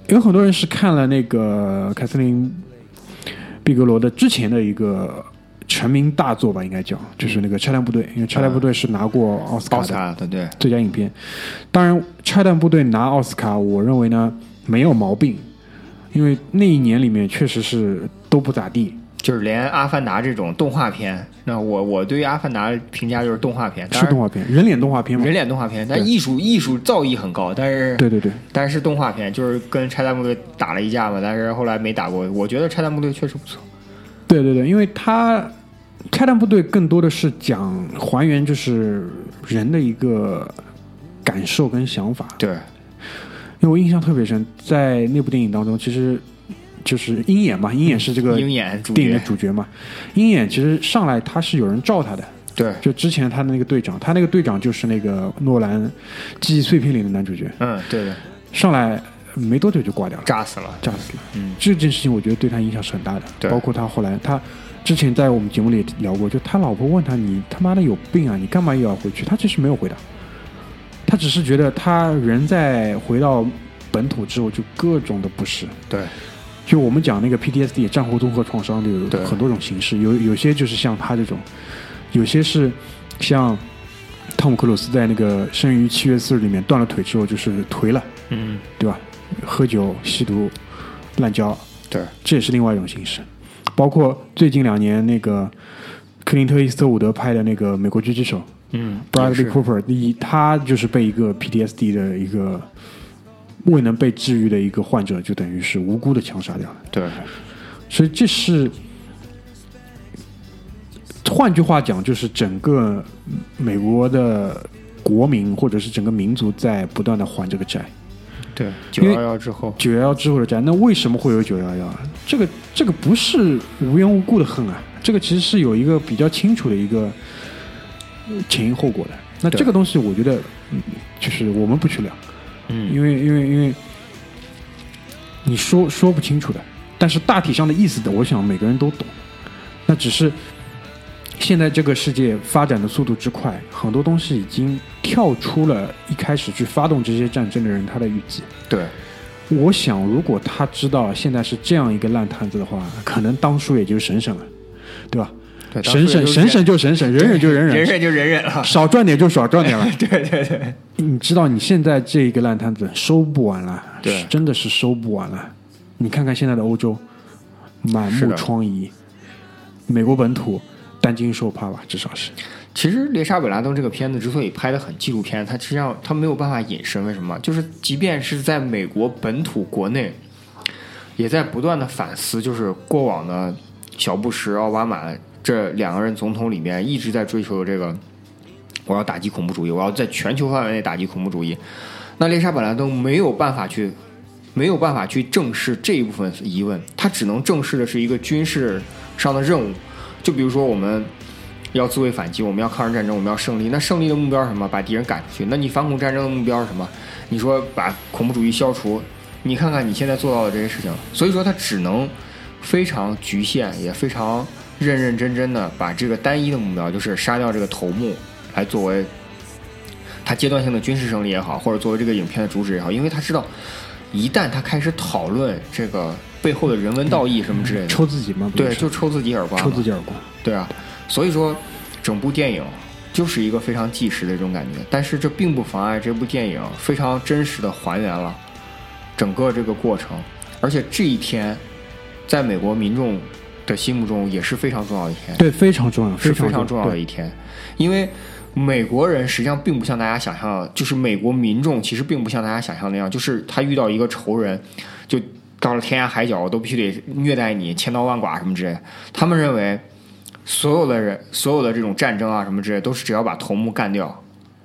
Speaker 2: 有很多人是看了那个凯瑟琳·毕格罗的之前的一个成名大作吧，应该叫，就是那个《拆弹部队》，因为《拆弹部队》是拿过奥斯卡
Speaker 3: 奥
Speaker 2: 的
Speaker 3: 斯卡的对，
Speaker 2: 最佳影片。当然，《拆弹部队》拿奥斯卡，我认为呢没有毛病，因为那一年里面确实是都不咋地。
Speaker 3: 就是连《阿凡达》这种动画片，那我我对于《阿凡达》评价就是动画片，当
Speaker 2: 是
Speaker 3: 然
Speaker 2: 动画片，人脸动画片嘛
Speaker 3: 人？脸动画片，但艺术艺术造诣很高，但是
Speaker 2: 对对对，
Speaker 3: 但是动画片就是跟拆弹部队打了一架嘛，但是后来没打过。我觉得拆弹部队确实不错，
Speaker 2: 对对对，因为它拆弹部队更多的是讲还原就是人的一个感受跟想法。
Speaker 3: 对
Speaker 2: 因为我印象特别深，在那部电影当中，其实就是鹰眼嘛，鹰眼是这个
Speaker 3: 鹰眼主
Speaker 2: 电影的
Speaker 3: 角，
Speaker 2: 主角嘛，鹰眼其实上来他是有人罩他的。
Speaker 3: 对，
Speaker 2: 就之前他的那个队长，他那个队长就是那个诺兰《记忆碎片》里的男主角，
Speaker 3: 嗯，对的，
Speaker 2: 上来没多久就挂掉了，
Speaker 3: 炸死了，
Speaker 2: 炸死了。
Speaker 3: 嗯，
Speaker 2: 这件事情我觉得对他影响是很大的，
Speaker 3: 对
Speaker 2: 包括他后来他之前在我们节目里聊过，就他老婆问他你他妈的有病啊，你干嘛又要回去？他其实没有回答，他只是觉得他人在回到本土之后就各种的不适，
Speaker 3: 对
Speaker 2: 就我们讲那个 PTSD 战后综合创伤，就
Speaker 3: 对
Speaker 2: 有很多种形式，有有些就是像他这种，有些是像汤姆克鲁斯在那个《生于七月四日》里面断了腿之后就是颓了，
Speaker 3: 嗯，
Speaker 2: 对吧？喝酒、吸毒、滥交，
Speaker 3: 对
Speaker 2: 这也是另外一种形式。包括最近两年那个克林特·伊斯特伍德拍的那个《美国狙击手》
Speaker 3: 嗯
Speaker 2: Bradley Cooper，以他就是被一个 PTSD 的一个未能被治愈的一个患者，就等于是无辜的枪杀掉了。
Speaker 3: 对
Speaker 2: 所以这是，换句话讲，就是整个美国的国民或者是整个民族在不断的还这个债。
Speaker 3: 对，九
Speaker 2: 因为
Speaker 3: 幺幺之后，
Speaker 2: 九幺幺之后的债，那为什么会有九幺幺？这个这个不是无缘无故的恨啊，这个其实是有一个比较清楚的一个呃前因后果的。那
Speaker 3: 对
Speaker 2: 这个东西，我觉得嗯就是我们不去聊，
Speaker 3: 嗯
Speaker 2: 因为因为因为你说说不清楚的，但是大体上的意思的，我想每个人都懂。那只是现在这个世界发展的速度之快，很多东西已经跳出了一开始去发动这些战争的人他的预计。
Speaker 3: 对
Speaker 2: 我想，如果他知道现在是这样一个烂摊子的话，可能当初也就省省了，对吧？
Speaker 1: 对当
Speaker 2: 省
Speaker 1: 事人
Speaker 2: 省
Speaker 1: 就是
Speaker 2: 省省就省省，忍忍就忍
Speaker 3: 忍
Speaker 2: 忍，
Speaker 3: 忍就忍忍了。
Speaker 2: 少赚点就少赚点了。
Speaker 3: 对对对，
Speaker 2: 你知道你现在这一个烂摊子收不完了，
Speaker 3: 对
Speaker 2: 是真的是收不完了。你看看现在的欧洲，满
Speaker 3: 是
Speaker 2: 目
Speaker 3: 的
Speaker 2: 疮痍，美国本土担惊受怕吧，至少是。
Speaker 3: 其实《猎杀本拉登》这个片子之所以拍的很纪录片，它实际上它没有办法隐身，为什么？就是即便是在美国本土国内，也在不断的反思，就是过往的小布什、奥巴马这两个人总统里面一直在追求这个，我要打击恐怖主义，我要在全球范围内打击恐怖主义。那猎杀本拉登没有办法去，没有办法去正视这一部分疑问，他只能正视的是一个军事上的任务。就比如说我们要自卫反击，我们要抗日战争，我们要胜利。那胜利的目标是什么？把敌人赶出去。那你反恐战争的目标是什么？你说把恐怖主义消除。你看看你现在做到的这些事情，所以说他只能非常局限，也非常认认真真的把这个单一的目标，就是杀掉这个头目，来作为他阶段性的军事胜利也好，或者作为这个影片的主旨也好，因为他知道，一旦他开始讨论这个背后的人文道义什么之类的，
Speaker 2: 抽自己嘛，不
Speaker 3: 对，
Speaker 2: 是
Speaker 3: 就抽自己耳光，
Speaker 2: 抽自己耳光。
Speaker 3: 对啊，所以说整部电影就是一个非常纪实的这种感觉，但是这并不妨碍这部电影非常真实的还原了整个这个过程，而且这一天在美国民众的心目中也是非常重要的一天，
Speaker 2: 对，非常重要，
Speaker 3: 是非常重
Speaker 2: 重
Speaker 3: 要的
Speaker 2: 对
Speaker 3: 一天，因为。美国人实际上并不像大家想象的，就是美国民众其实并不像大家想象那样，就是他遇到一个仇人，就到了天涯海角，我都必须得虐待你，千刀万剐什么之类的。他们认为所有的人，所有的这种战争啊什么之类，都是只要把头目干掉，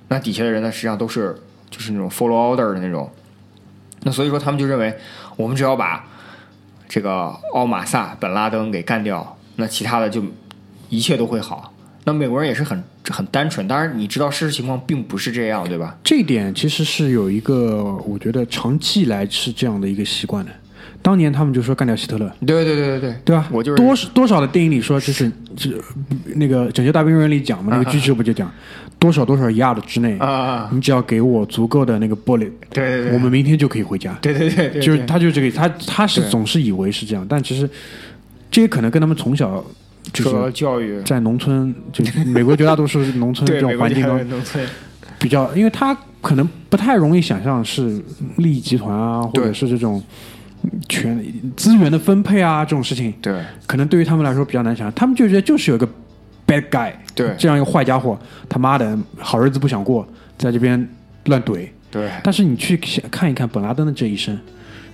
Speaker 3: 那底下的人呢，实际上都是就是那种 follow order 的那种。那所以说，他们就认为我们只要把这个奥马萨本拉登给干掉，那其他的就一切都会好。那美国人也是很很单纯，当然你知道事实情况并不是这样，对吧？
Speaker 2: 这一点其实是有一个，我觉得长期以来是这样的一个习惯的。当年他们就说干掉希特勒，
Speaker 3: 对对对对对，
Speaker 2: 对吧？啊
Speaker 3: 我就是
Speaker 2: 多多少的电影里说，就是这那个《拯救大兵瑞恩》里讲嘛，那个句子不就讲多少多少亚的之内，
Speaker 3: 啊啊，啊
Speaker 2: 你只要给我足够的那个玻璃，
Speaker 3: 对对对，
Speaker 2: 我们明天就可以回家。
Speaker 3: 对对对对，
Speaker 2: 就是他就这个，他他是
Speaker 3: 对
Speaker 2: 总是以为是这样，但其实这也可能跟他们从小就
Speaker 3: 受到了
Speaker 2: 是
Speaker 3: 教育，
Speaker 2: 在农村，就美国绝大多数是农村这
Speaker 3: 对
Speaker 2: 种
Speaker 3: 美国
Speaker 2: 环境
Speaker 3: 家
Speaker 2: 中
Speaker 3: 的农村，
Speaker 2: 比较，因为他可能不太容易想象是利益集团啊，或
Speaker 3: 对
Speaker 2: 者是这种权资源的分配啊这种事情，
Speaker 3: 对
Speaker 2: 可能对于他们来说比较难想象。他们就觉得就是有一个 bad guy，
Speaker 3: 对
Speaker 2: 这样一个坏家伙，他妈的好日子不想过，在这边乱怼。
Speaker 3: 对
Speaker 2: 但是你去想看一看本拉登的这一生，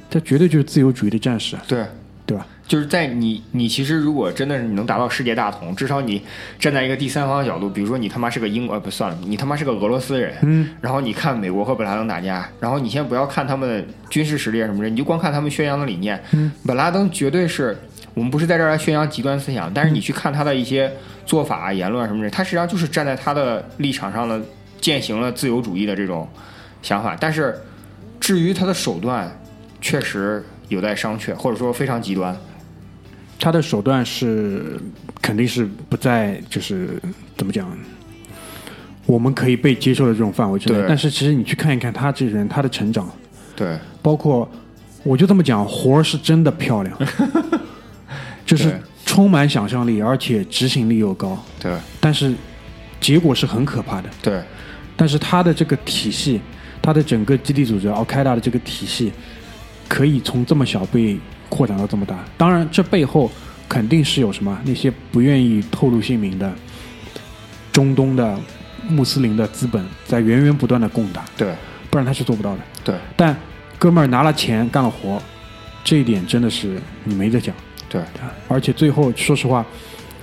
Speaker 2: 他绝对就是自由主义的战士，啊，
Speaker 3: 对，
Speaker 2: 对吧？
Speaker 3: 就是在你你其实如果真的是你能达到世界大同，至少你站在一个第三方的角度，比如说你他妈是个英国呃不算了，你他妈是个俄罗斯人，
Speaker 2: 嗯，
Speaker 3: 然后你看美国和本拉登打架，然后你先不要看他们的军事实力啊什么的，你就光看他们宣扬的理念，
Speaker 2: 嗯，
Speaker 3: 本拉登绝对是我们不是在这儿来宣扬极端思想，但是你去看他的一些做法啊、言论啊什么的，他实际上就是站在他的立场上呢，践行了自由主义的这种想法，但是至于他的手段，确实有待商榷，或者说非常极端。
Speaker 2: 他的手段是肯定是不在，就是怎么讲，我们可以被接受的这种范围之内
Speaker 3: 对。
Speaker 2: 但是其实你去看一看他这人，他的成长，
Speaker 3: 对
Speaker 2: 包括我就这么讲，活儿是真的漂亮，就是
Speaker 3: 对
Speaker 2: 充满想象力，而且执行力又高，
Speaker 3: 对
Speaker 2: 但是结果是很可怕的。
Speaker 3: 对
Speaker 2: 但是他的这个体系，他的整个基地组织奥开达的这个体系，可以从这么小被扩展到这么大。当然，这背后肯定是有什么那些不愿意透露姓名的中东的穆斯林的资本在源源不断的供打，
Speaker 3: 对
Speaker 2: 不然他是做不到的。
Speaker 3: 对
Speaker 2: 但哥们儿拿了钱干了活，这一点真的是你没得讲。啊
Speaker 3: 对，
Speaker 2: 而且最后说实话，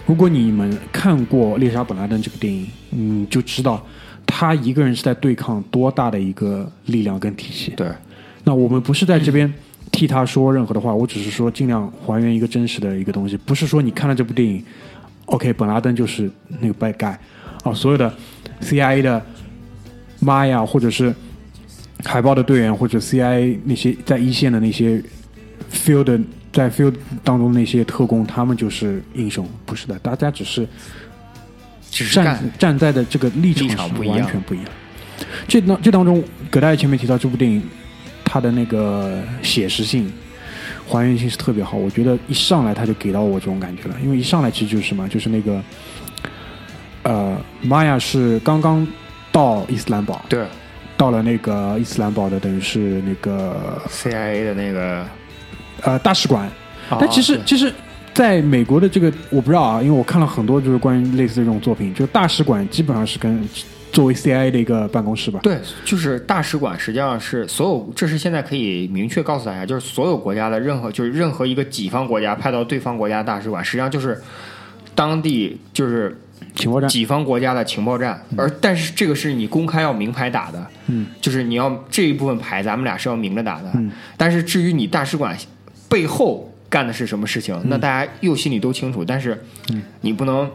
Speaker 2: 如果你们看过《猎杀本拉登》这个电影，你就知道他一个人是在对抗多大的一个力量跟体系。
Speaker 3: 对
Speaker 2: 那我们不是在这边替他说任何的话，我只是说尽量还原一个真实的一个东西，不是说你看了这部电影，OK，本拉登就是那个 bad guy，哦，所有的 CIA 的妈呀，或者是海豹的队员，或者 CIA 那些在一线的那些 field 的在 field 当中那些特工，他们就是英雄，不是的，大家只是
Speaker 3: 只是
Speaker 2: 站
Speaker 3: 干
Speaker 2: 站在的这个立场
Speaker 3: 立场
Speaker 2: 是
Speaker 3: 不一样
Speaker 2: 完全不一样。这当这当中，葛大爷前面提到这部电影，它的那个写实性，还原性是特别好。我觉得一上来他就给到我这种感觉了，因为一上来其实就是什么，就是那个，呃，玛雅是刚刚到伊斯兰堡，
Speaker 3: 对
Speaker 2: 到了那个伊斯兰堡的等于是那个
Speaker 3: ，CIA 的那个，
Speaker 2: 呃大使馆，但其实
Speaker 3: 啊
Speaker 2: 其实。在美国的这个我不知道啊，因为我看了很多就是关于类似这种作品，就大使馆基本上是跟作为 CIA 的一个办公室吧。
Speaker 3: 对，就是大使馆实际上是所有，这是现在可以明确告诉大家，就是所有国家的任何就是任何一个己方国家派到对方国家的大使馆，实际上就是当地
Speaker 2: 嗯
Speaker 3: 就是
Speaker 2: 情报站
Speaker 3: 己方国家的情报站，而但是这个是你公开要明牌打的，
Speaker 2: 嗯，
Speaker 3: 就是你要这一部分牌，咱们俩是要明着打的。但是至于你大使馆背后干的是什么事
Speaker 2: 嗯
Speaker 3: 情，那大家又心里都清楚，但是你不能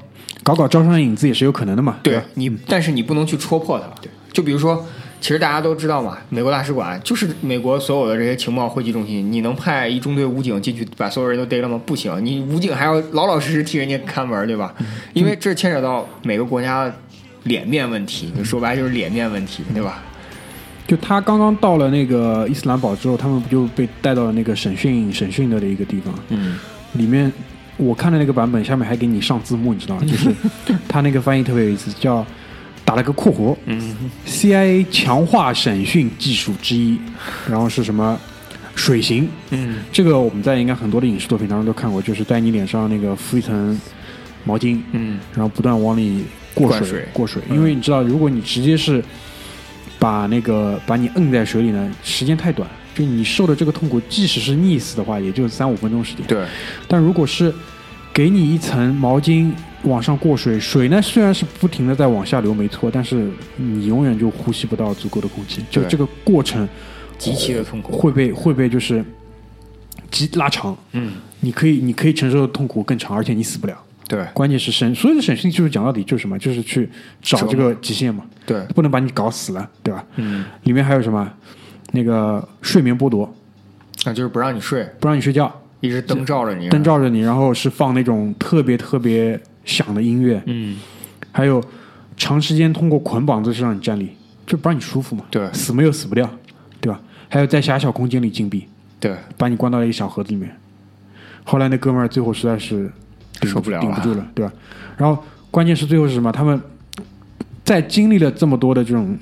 Speaker 2: 搞搞招商引资也是有可能的嘛。
Speaker 3: 对
Speaker 2: 吧
Speaker 3: 你，但是你不能去戳破它。对，就比如说，其实大家都知道嘛，美国大使馆就是美国所有的这些情报汇集中心。你能派一中队武警进去把所有人都逮了吗？不行，你武警还要老老实实替人家看门，对吧？因为这牵扯到每个国家的脸面问题，就说白了就是脸面问题，对吧？
Speaker 2: 就他刚刚到了那个伊斯兰堡之后，他们不就被带到了那个审讯审讯的一个地方，
Speaker 3: 嗯，
Speaker 2: 里面我看的那个版本下面还给你上字幕，你知道吗？就是 他那个翻译特别有意思，叫打了个括弧，嗯，CIA 强化审讯技术之一，然后是什么水刑，
Speaker 3: 嗯，
Speaker 2: 这个我们在应该很多的影视作品当中都看过，就是在你脸上那个敷一层毛巾，
Speaker 3: 嗯，
Speaker 2: 然后不断往里过
Speaker 3: 灌
Speaker 2: 水
Speaker 3: 水嗯
Speaker 2: 过水，因为你知道，如果你直接是把那个把你摁在水里呢，时间太短，就你受的这个痛苦，即使是溺死的话，也就三五分钟时间。
Speaker 3: 对，
Speaker 2: 但如果是给你一层毛巾往上过水，水呢虽然是不停的在往下流，没错，但是你永远就呼吸不到足够的空气，就
Speaker 3: 对
Speaker 2: 这个过程
Speaker 3: 极其的痛苦。
Speaker 2: 会被会被就是极拉长，
Speaker 3: 嗯，
Speaker 2: 你可以你可以承受的痛苦更长，而且你死不了。
Speaker 3: 对
Speaker 2: 关键是审所有的审讯技术讲到底就是什么？就是去找这个极限嘛，
Speaker 3: 对，
Speaker 2: 不能把你搞死了，对吧？
Speaker 3: 嗯，
Speaker 2: 里面还有什么？那个睡眠剥夺，
Speaker 3: 那就是不让你睡，
Speaker 2: 不让你睡觉，
Speaker 3: 一直灯照着你，
Speaker 2: 灯，照着你，然后是放那种特别特别响的音乐，
Speaker 3: 嗯，
Speaker 2: 还有长时间通过捆绑姿势让你站立，这不让你舒服嘛？
Speaker 3: 对
Speaker 2: 死嘛又死不掉，对吧？还有在狭小空间里禁闭，
Speaker 3: 对，
Speaker 2: 把你关到了一个小盒子里面。后来那哥们儿最后实在是顶
Speaker 3: 受不了了
Speaker 2: 顶不住了，对吧？然后关键是最后是什么？他们在经历了这么多的这种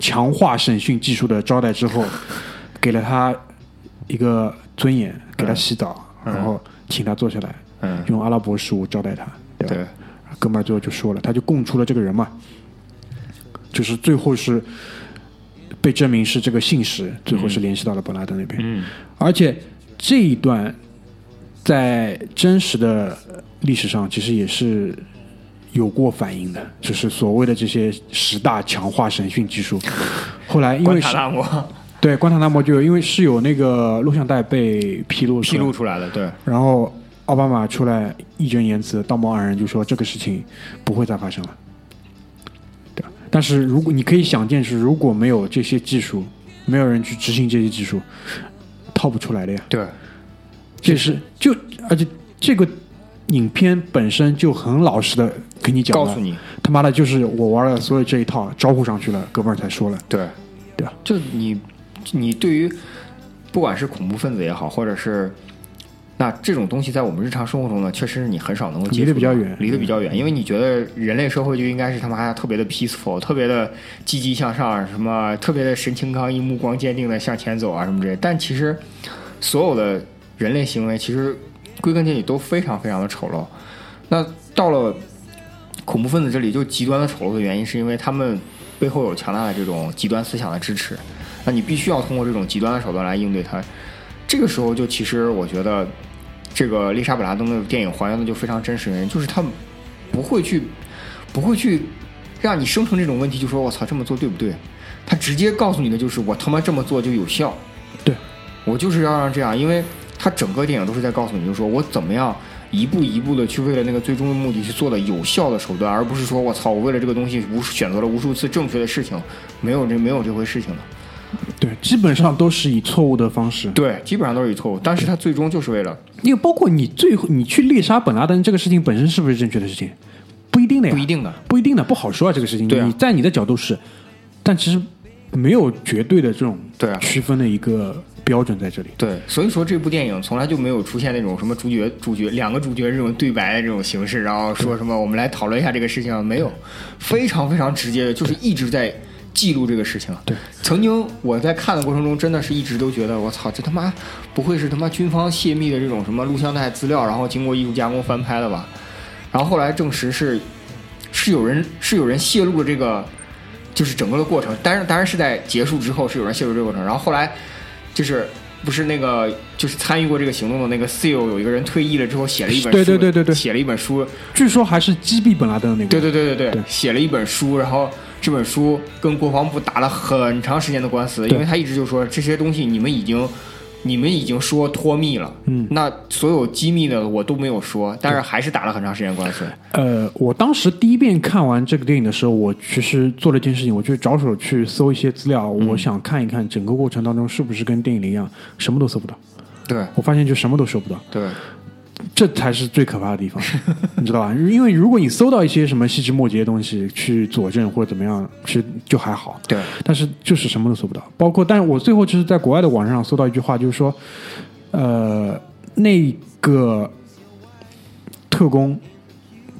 Speaker 2: 强化审讯技术的招待之后，给了他一个尊严，给他洗澡，然后请他坐下来，
Speaker 3: 嗯，
Speaker 2: 用阿拉伯食物招待他，对吧？
Speaker 3: 对，
Speaker 2: 哥们儿最后就说了，他就供出了这个人嘛，就是最后是被证明是这个信使，最后是联系到了本拉登那边。
Speaker 3: 嗯，
Speaker 2: 而且这一段在真实的历史上其实也是有过反应的，就是所谓的这些十大强化审讯技术。后来因
Speaker 3: 关
Speaker 2: 为
Speaker 3: 塔
Speaker 2: 是
Speaker 3: 那摩
Speaker 2: 对关塔那摩就有，因为是有那个录像带被披露出
Speaker 3: 披
Speaker 2: 来
Speaker 3: 露出来的，对，
Speaker 2: 然后奥巴马出来义正言辞、道貌岸然，就说这个事情不会再发生了，对吧？啊但是如果你可以想见是，如果没有这些技术，没有人去执行这些技术，套不出来的呀。
Speaker 3: 对，
Speaker 2: 这是就而且这个影片本身就很老实的跟你讲
Speaker 3: 告
Speaker 2: 了，
Speaker 3: 诉你，
Speaker 2: 他妈的就是我玩了所有这一套，招呼上去了，哥们儿才说了，
Speaker 3: 对，
Speaker 2: 对吧？
Speaker 3: 就你，你对于不管是恐怖分子也好，或者是那这种东西，在我们日常生活中呢，确实是你很少能够接触
Speaker 2: 离得比较
Speaker 3: 到
Speaker 2: 远
Speaker 3: 离得比较远，因为你觉得人类社会就应该是他妈特别的 peaceful，特别的积极向上，什么特别的神情刚毅、目光坚定的向前走啊什么之类的。但其实所有的人类行为，其实归根结底都非常非常的丑陋。那到了恐怖分子这里，就极端的丑陋的原因，是因为他们背后有强大的这种极端思想的支持。那你必须要通过这种极端的手段来应对它。这个时候，就其实我觉得，这个丽莎·本拉登的电影还原的就非常真实，原因就是他不会去，不会去让你生成这种问题，就说我操这么做对不对？他直接告诉你的就是我他妈这么做就有效，
Speaker 2: 对
Speaker 3: 我就是要让这样，因为他整个电影都是在告诉你，就是说我怎么样一步一步的去为了那个最终的目的去做的有效的手段，而不是说我操，我为了这个东西无数选择了无数次正确的事情，没有这没有这回事情的。
Speaker 2: 对，基本上都是以错误的方式，
Speaker 3: 对，基本上都是以错误，但是他最终就是为了
Speaker 2: 因为包括你最后你去猎杀本拉登这个事情本身是不是正确的事情，不一定的呀，
Speaker 3: 不一定的，
Speaker 2: 不一定的，不好说啊，这个事情。
Speaker 3: 对啊
Speaker 2: 你在你的角度是，但其实没有绝对的这种
Speaker 3: 对啊
Speaker 2: 区分的一个标准在这里。
Speaker 3: 对，所以说这部电影从来就没有出现那种什么主角主角两个主角这种对白的这种形式，然后说什么我们来讨论一下这个事情，没有，非常非常直接的，就是一直在记录这个事情。
Speaker 2: 对，
Speaker 3: 曾经我在看的过程中，真的是一直都觉得我操，这他妈不会是他妈军方泄密的这种什么录像带资料，然后经过艺术加工翻拍的吧？然后后来证实是是有人是有人泄露了这个，就是整个的过程，但是当然是在结束之后是有人泄露这个过程，然后后来就是不是那个就是参与过这个行动的那个 CEO 有一个人退役了之后写了一本书，
Speaker 2: 对对对对对
Speaker 3: 写了一本书，
Speaker 2: 据说还是击毙本拉登的那个。
Speaker 3: 啊对对对对对，
Speaker 2: 对
Speaker 3: 写了一本书，然后这本书跟国防部打了很长时间的官司，因为
Speaker 2: 对
Speaker 3: 他一直就说这些东西你们已经。你们已经说脱密了，
Speaker 2: 嗯
Speaker 3: 那所有机密的我都没有说，但是还是打了很长时间官司。
Speaker 2: 呃，我当时第一遍看完这个电影的时候，我其实做了一件事情，我去着手去搜一些资料，我想看一看整个过程当中是不是跟电影里一样，什么都搜不到。
Speaker 3: 对
Speaker 2: 我发现就什么都搜不到，
Speaker 3: 对，
Speaker 2: 这才是最可怕的地方，你知道吧？因为如果你搜到一些什么细枝末节的东西去佐证或者怎么样，其实就还好。
Speaker 3: 对，
Speaker 2: 但是就是什么都搜不到，包括，但是我最后就是在国外的网站上搜到一句话，就是说，呃，那个特工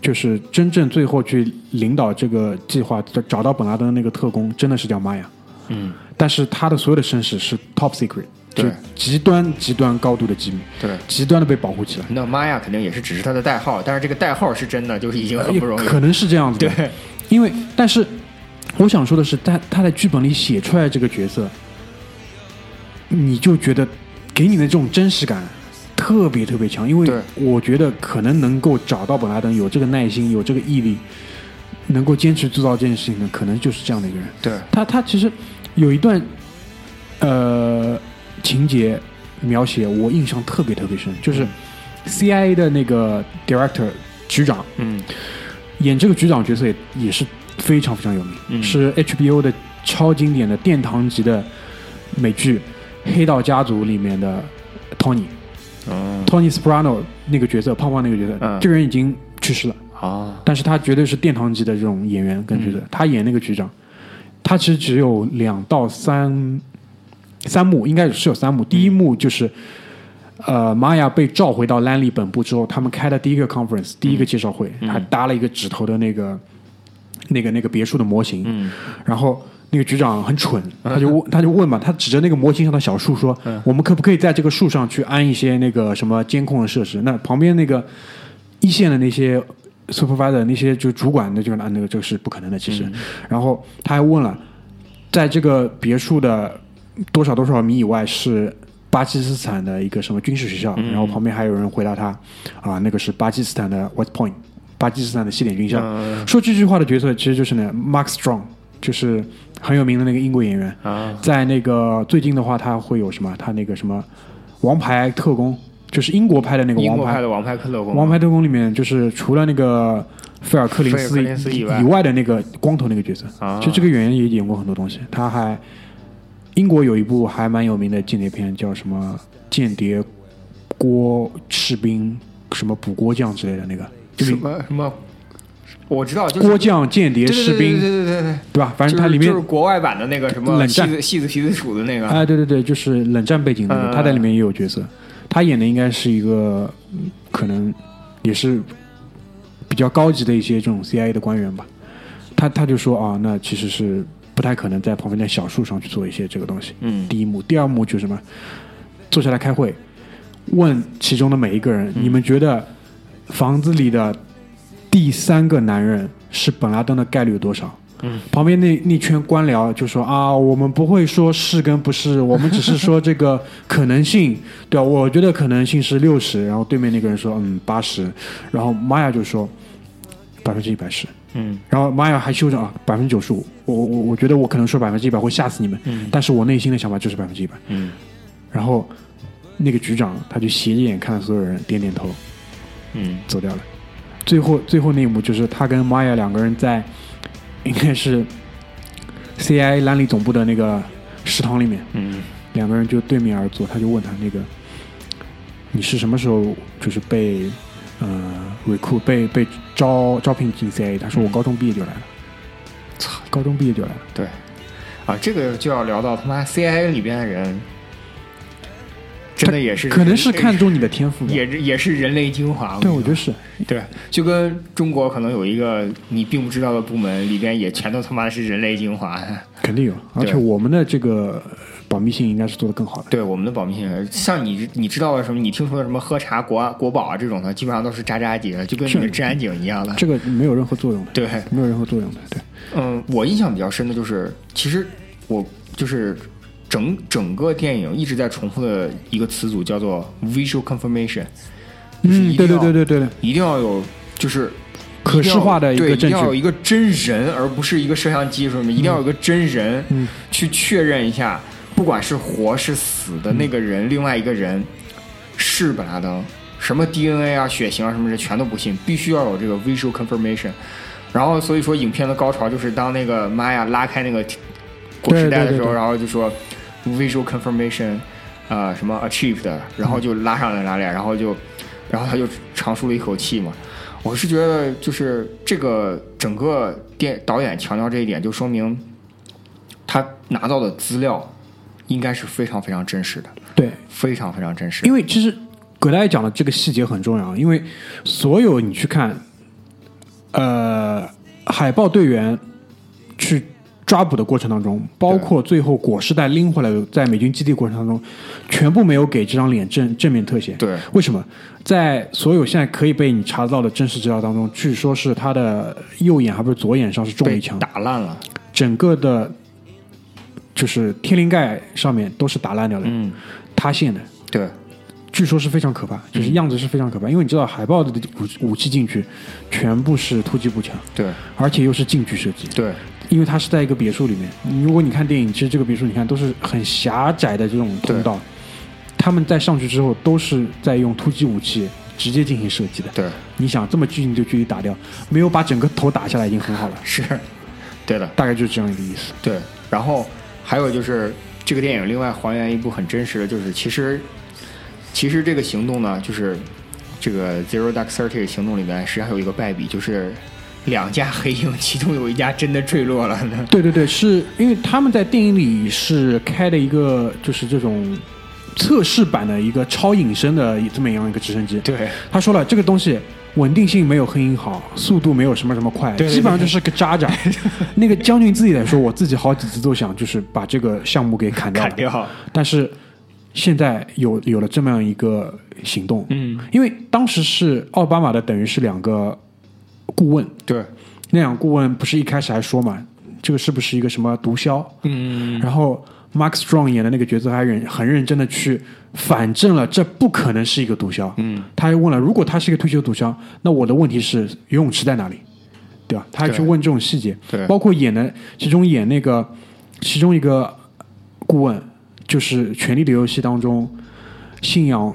Speaker 2: 就是真正最后去领导这个计划，找找到本拉登的那个特工，真的是叫玛雅，
Speaker 3: 嗯，
Speaker 2: 但是他的所有的身世是 top secret，就
Speaker 3: 对
Speaker 2: 极端极端高度的机密，
Speaker 3: 对。
Speaker 2: 极端的被保护起来。
Speaker 3: 那玛雅肯定也是只是他的代号，但是这个代号是真的，就是已经很不容易。
Speaker 2: 呃可能是这样子的。
Speaker 3: 对，
Speaker 2: 因为但是我想说的是，他他在剧本里写出来这个角色，你就觉得给你的这种真实感特别特别强，因为
Speaker 3: 对
Speaker 2: 我觉得可能能够找到本拉登有这个耐心、有这个毅力，能够坚持做到这件事情的，可能就是这样的一个人。
Speaker 3: 对
Speaker 2: 他他其实有一段呃情节描写我印象特别特别深，就是 CIA 的那个 director 局长，
Speaker 3: 嗯，
Speaker 2: 演这个局长角色也也是非常非常有名，
Speaker 3: 嗯
Speaker 2: 是 HBO 的超经典的殿堂级的美剧《黑道家族》里面的 Tony、
Speaker 3: 嗯，
Speaker 2: Tony Soprano 那个角色，胖胖那个角色，
Speaker 3: 嗯
Speaker 2: 这个人已经去世了，
Speaker 3: 啊，
Speaker 2: 但是他绝对是殿堂级的这种演员跟角色，他演那个局长，他其实只有两到三三幕，应该是有三幕，第一幕就是。呃，玛雅被召回到兰利本部之后，他们开的第一个 conference，第一个介绍会，还搭了一个指头的那个、那个、那个别墅的模型。
Speaker 3: 嗯
Speaker 2: 然后那个局长很蠢，他就问，他就问嘛，他指着那个模型上的小树说：“我们可不可以在这个树上去安一些那个什么监控的设施？”那旁边那个一线的那些 supervisor 那些就主管的就啊那那个这个是不可能的，其
Speaker 3: 嗯
Speaker 2: 实。然后他还问了，在这个别墅的多少多少米以外是。巴基斯坦的一个什么军事学
Speaker 3: 嗯
Speaker 2: 校，然后旁边还有人回答他，啊，那个是巴基斯坦的 West Point，巴基斯坦的西点军校。
Speaker 3: 嗯
Speaker 2: 说这句话的角色其实就是呢，Mark Strong，就是很有名的那个英国演员。
Speaker 3: 啊，
Speaker 2: 在那个最近的话，他会有什么？他那个什么《王牌特工》，就是英国拍的那个《
Speaker 3: 英
Speaker 2: 王
Speaker 3: 国
Speaker 2: 牌
Speaker 3: 派的王牌克勒工，
Speaker 2: 王牌特工》里面，就是除了那个菲尔克林
Speaker 3: 菲尔克
Speaker 2: 斯
Speaker 3: 林斯以外
Speaker 2: 以外的那个光头那个角色。
Speaker 3: 啊
Speaker 2: 就这个演员也演过很多东西，他还英国有一部还蛮有名的间谍片，叫什么《间谍郭士兵》什么补锅匠之类的那个，就
Speaker 3: 什
Speaker 2: 是
Speaker 3: 么什么，我知道，就是
Speaker 2: 锅匠、间谍、
Speaker 3: 对
Speaker 2: 士
Speaker 3: 对
Speaker 2: 兵
Speaker 3: 对对，对对对，
Speaker 2: 对吧？反正
Speaker 3: 就是
Speaker 2: 它里面
Speaker 3: 就是国外版的那个什么
Speaker 2: 冷
Speaker 3: 戏
Speaker 2: 战
Speaker 3: 子戏子皮子鼠的那个，
Speaker 2: 哎，对对对，就是冷战背景那
Speaker 3: 嗯
Speaker 2: 个，他在里面也有角色，他演的应该是一个嗯可能也是比较高级的一些这种 CIA 的官员吧。他他就说啊，那其实是不太可能在旁边的小树上去做一些这个东西。
Speaker 3: 嗯
Speaker 2: 第一幕，第二幕就是什么？坐下来开会，问其中的每一个人，
Speaker 3: 嗯
Speaker 2: 你们觉得房子里的第三个男人是本拉登的概率有多少？
Speaker 3: 嗯，
Speaker 2: 旁边那那圈官僚就说啊，我们不会说是跟不是，我们只是说这个可能性， 对吧、我觉得可能性是六十，然后对面那个人说嗯八十，然后玛雅就说百分之一百十，
Speaker 3: 嗯
Speaker 2: 然后玛雅还修正啊，百分之九十五。我我我觉得我可能说百分之一百会吓死你们，
Speaker 3: 嗯
Speaker 2: 但是我内心的想法就是百分之一百。
Speaker 3: 嗯
Speaker 2: 然后那个局长他就斜着眼看所有人，点点头
Speaker 3: 嗯
Speaker 2: 走掉了。最后最后那一幕就是他跟玛雅两个人在应该是 CIA 兰里总部的那个食堂里面，
Speaker 3: 嗯
Speaker 2: 两个人就对面而坐，他就问他那个你是什么时候就是被呃 recruit 被被招招聘进 CIA？他说我高中毕业就来了，
Speaker 3: 嗯
Speaker 2: 操，高中毕业就来了。
Speaker 3: 对，啊，这个就要聊到他妈 CIA 里边的人真的也是
Speaker 2: 可能是看重你的天赋吧。
Speaker 3: 也也是人类精华。
Speaker 2: 对，我觉得
Speaker 3: 得
Speaker 2: 是。
Speaker 3: 对，就跟中国可能有一个你并不知道的部门，里边也全都他妈是人类精华。
Speaker 2: 肯定有，而且我们的这个呃保密性应该是做得更好的。
Speaker 3: 对我们的保密性，像你你知道的什么，你听说的什么喝茶国国宝啊这种的，基本上都是渣渣级的，就跟你的治安警一样的。
Speaker 2: 这个没有任何作用的，
Speaker 3: 对，
Speaker 2: 没有任何作用的。对，
Speaker 3: 嗯，我印象比较深的就是，其实我就是整整个电影一直在重复的一个词组叫做 visual confirmation，就是
Speaker 2: 嗯，
Speaker 3: 一
Speaker 2: 对
Speaker 3: 定
Speaker 2: 对
Speaker 3: 要
Speaker 2: 对对对对，
Speaker 3: 一定要有就是
Speaker 2: 可视化的
Speaker 3: 一
Speaker 2: 一
Speaker 3: 定要
Speaker 2: 个
Speaker 3: 对
Speaker 2: 证
Speaker 3: 一定要有
Speaker 2: 据。
Speaker 3: 一个真人，而不是一个摄像机什么，一定要有一个真人
Speaker 2: 嗯
Speaker 3: 去确认一下，不管是活是死的那个人，另外一个人是本拉登，什么 DNA 啊、血型啊什么的全都不信，必须要有这个 visual confirmation。然后所以说，影片的高潮就是当那个玛雅拉开那个果实袋的时
Speaker 2: 对对对
Speaker 3: 候，
Speaker 2: 对
Speaker 3: 然后就说 visual confirmation，呃，什么 achieved，然后就拉上了拉链，然后就，然后他就长舒了一口气嘛。我是觉得，就是这个整个电导演强调这一点，就说明他拿到的资料应该是非常非常真实的，
Speaker 2: 对，
Speaker 3: 非常非常真实的。
Speaker 2: 因为其实葛大爷讲的这个细节很重要，因为所有你去看，呃，海豹队员去抓捕的过程当中，包括最后果实袋拎回来的在美军基地过程当中，全部没有给这张脸正正面特写。
Speaker 3: 对
Speaker 2: 为什么？在所有现在可以被你查到的真实资料当中，据说是他的右眼还不是左眼上是中了
Speaker 3: 被
Speaker 2: 一枪，
Speaker 3: 打烂了，
Speaker 2: 整个的，就是天灵盖上面都是打烂掉的，
Speaker 3: 嗯，
Speaker 2: 塌陷的。
Speaker 3: 对，
Speaker 2: 据说是非常可怕，就是样子是非常可怕，因为你知道海豹的武武器进去全部是突击步枪，
Speaker 3: 对，
Speaker 2: 而且又是近距设计，
Speaker 3: 对，
Speaker 2: 因为它是在一个别墅里面。如果你看电影，其实这个别墅你看都是很狭窄的这种通道，他们在上去之后都是在用突击武器直接进行射击的。
Speaker 3: 对，
Speaker 2: 你想这么近的距离打掉，没有把整个头打下来已经很好了，
Speaker 3: 是，对的。
Speaker 2: 大概就是这样一个意思。
Speaker 3: 对，然后还有就是这个电影另外还原一部很真实的，就是其实其实这个行动呢，就是这个 Zero Dark Thirty 行动里面实际上有一个败笔，就是两架黑鹰，其中有一架真的坠落了。
Speaker 2: 对对对，是因为他们在电影里是开了一个就是这种测试版的一个超隐身的这么样一个直升机。
Speaker 3: 对
Speaker 2: 他说了，这个东西稳定性没有黑鹰好，速度没有什么什么快，
Speaker 3: 对对对
Speaker 2: 基本上就是个渣 渣。那个将军自己来说，我自己好几次都想就是把这个项目给砍掉了
Speaker 3: 砍掉。
Speaker 2: 但是现在有有了这么样一个行动，
Speaker 3: 嗯，
Speaker 2: 因为当时是奥巴马的，等于是两个顾问，
Speaker 3: 对，
Speaker 2: 那两个顾问不是一开始还说嘛，这个是不是一个什么毒枭？
Speaker 3: 嗯，
Speaker 2: 然后 Mark Strong 演的那个角色还认很认真的去反证了，这不可能是一个毒枭。嗯，他还问了，如果他是一个退休毒枭，那我的问题是游泳池在哪里？对吧？他还去
Speaker 3: 对
Speaker 2: 问这种细节，
Speaker 3: 对
Speaker 2: 包括演的其中演那个其中一个顾问，就是《权力的游戏》当中信仰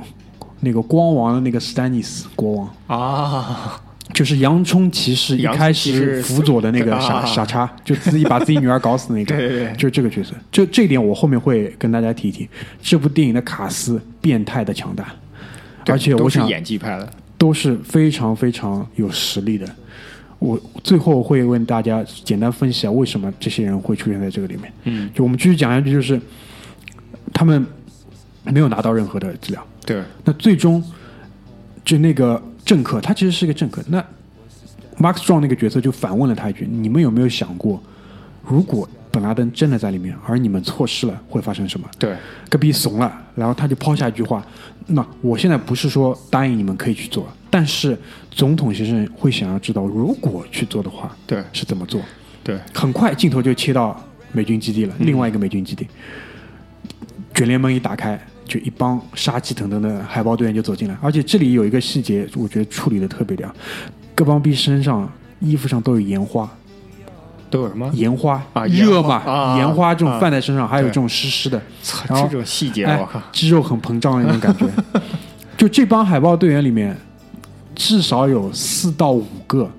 Speaker 2: 那个光王的那个斯丹尼斯国王，
Speaker 3: 啊，
Speaker 2: 就是洋葱骑士一
Speaker 3: 洋葱
Speaker 2: 开
Speaker 3: 骑士
Speaker 2: 始辅佐的那个傻、
Speaker 3: 啊
Speaker 2: 傻叉，就自己把自己女儿搞死那个，
Speaker 3: 对对对
Speaker 2: 就是这个角色。这这一点我后面会跟大家提一提。这部电影的卡斯变态的强大，
Speaker 3: 对
Speaker 2: 而且
Speaker 3: 都
Speaker 2: 我
Speaker 3: 是
Speaker 2: 想
Speaker 3: 演技派的。
Speaker 2: 都是非常非常有实力的。我最后会问大家简单分析一下为什么这些人会出现在这个里面。
Speaker 3: 嗯，
Speaker 2: 就我们继续讲下去，就是他们没有拿到任何的资料，
Speaker 3: 对
Speaker 2: 那最终就那个政客，他其实是一个政客。那 Mark Strong 那个角色就反问了他一句：“你们有没有想过，如果本拉登真的在里面，而你们错失了，会发生什么？”
Speaker 3: 对
Speaker 2: 戈壁怂了，然后他就抛下一句话：“那我现在不是说答应你们可以去做，但是总统先生会想要知道，如果去做的话，
Speaker 3: 对
Speaker 2: 是怎么做。”
Speaker 3: 对
Speaker 2: 很快镜头就切到美军基地
Speaker 3: 嗯
Speaker 2: 了，另外一个美军基地。卷帘门一打开，就一帮杀气腾腾的海豹队员就走进来，而且这里有一个细节，我觉得处理的特别屌，各帮兵身上、衣服上都有盐花，
Speaker 3: 都有什么？
Speaker 2: 盐花
Speaker 3: 啊
Speaker 2: 热
Speaker 3: 盐花
Speaker 2: 嘛，
Speaker 3: 啊
Speaker 2: 盐花这种
Speaker 3: 啊
Speaker 2: 放在身上，还有
Speaker 3: 对
Speaker 2: 这种湿湿的，
Speaker 3: 操
Speaker 2: 然后
Speaker 3: 这种细节，
Speaker 2: 哎
Speaker 3: 我靠！
Speaker 2: 肌肉很膨胀的那种感觉。 就这帮海豹队员里面，至少有四到五个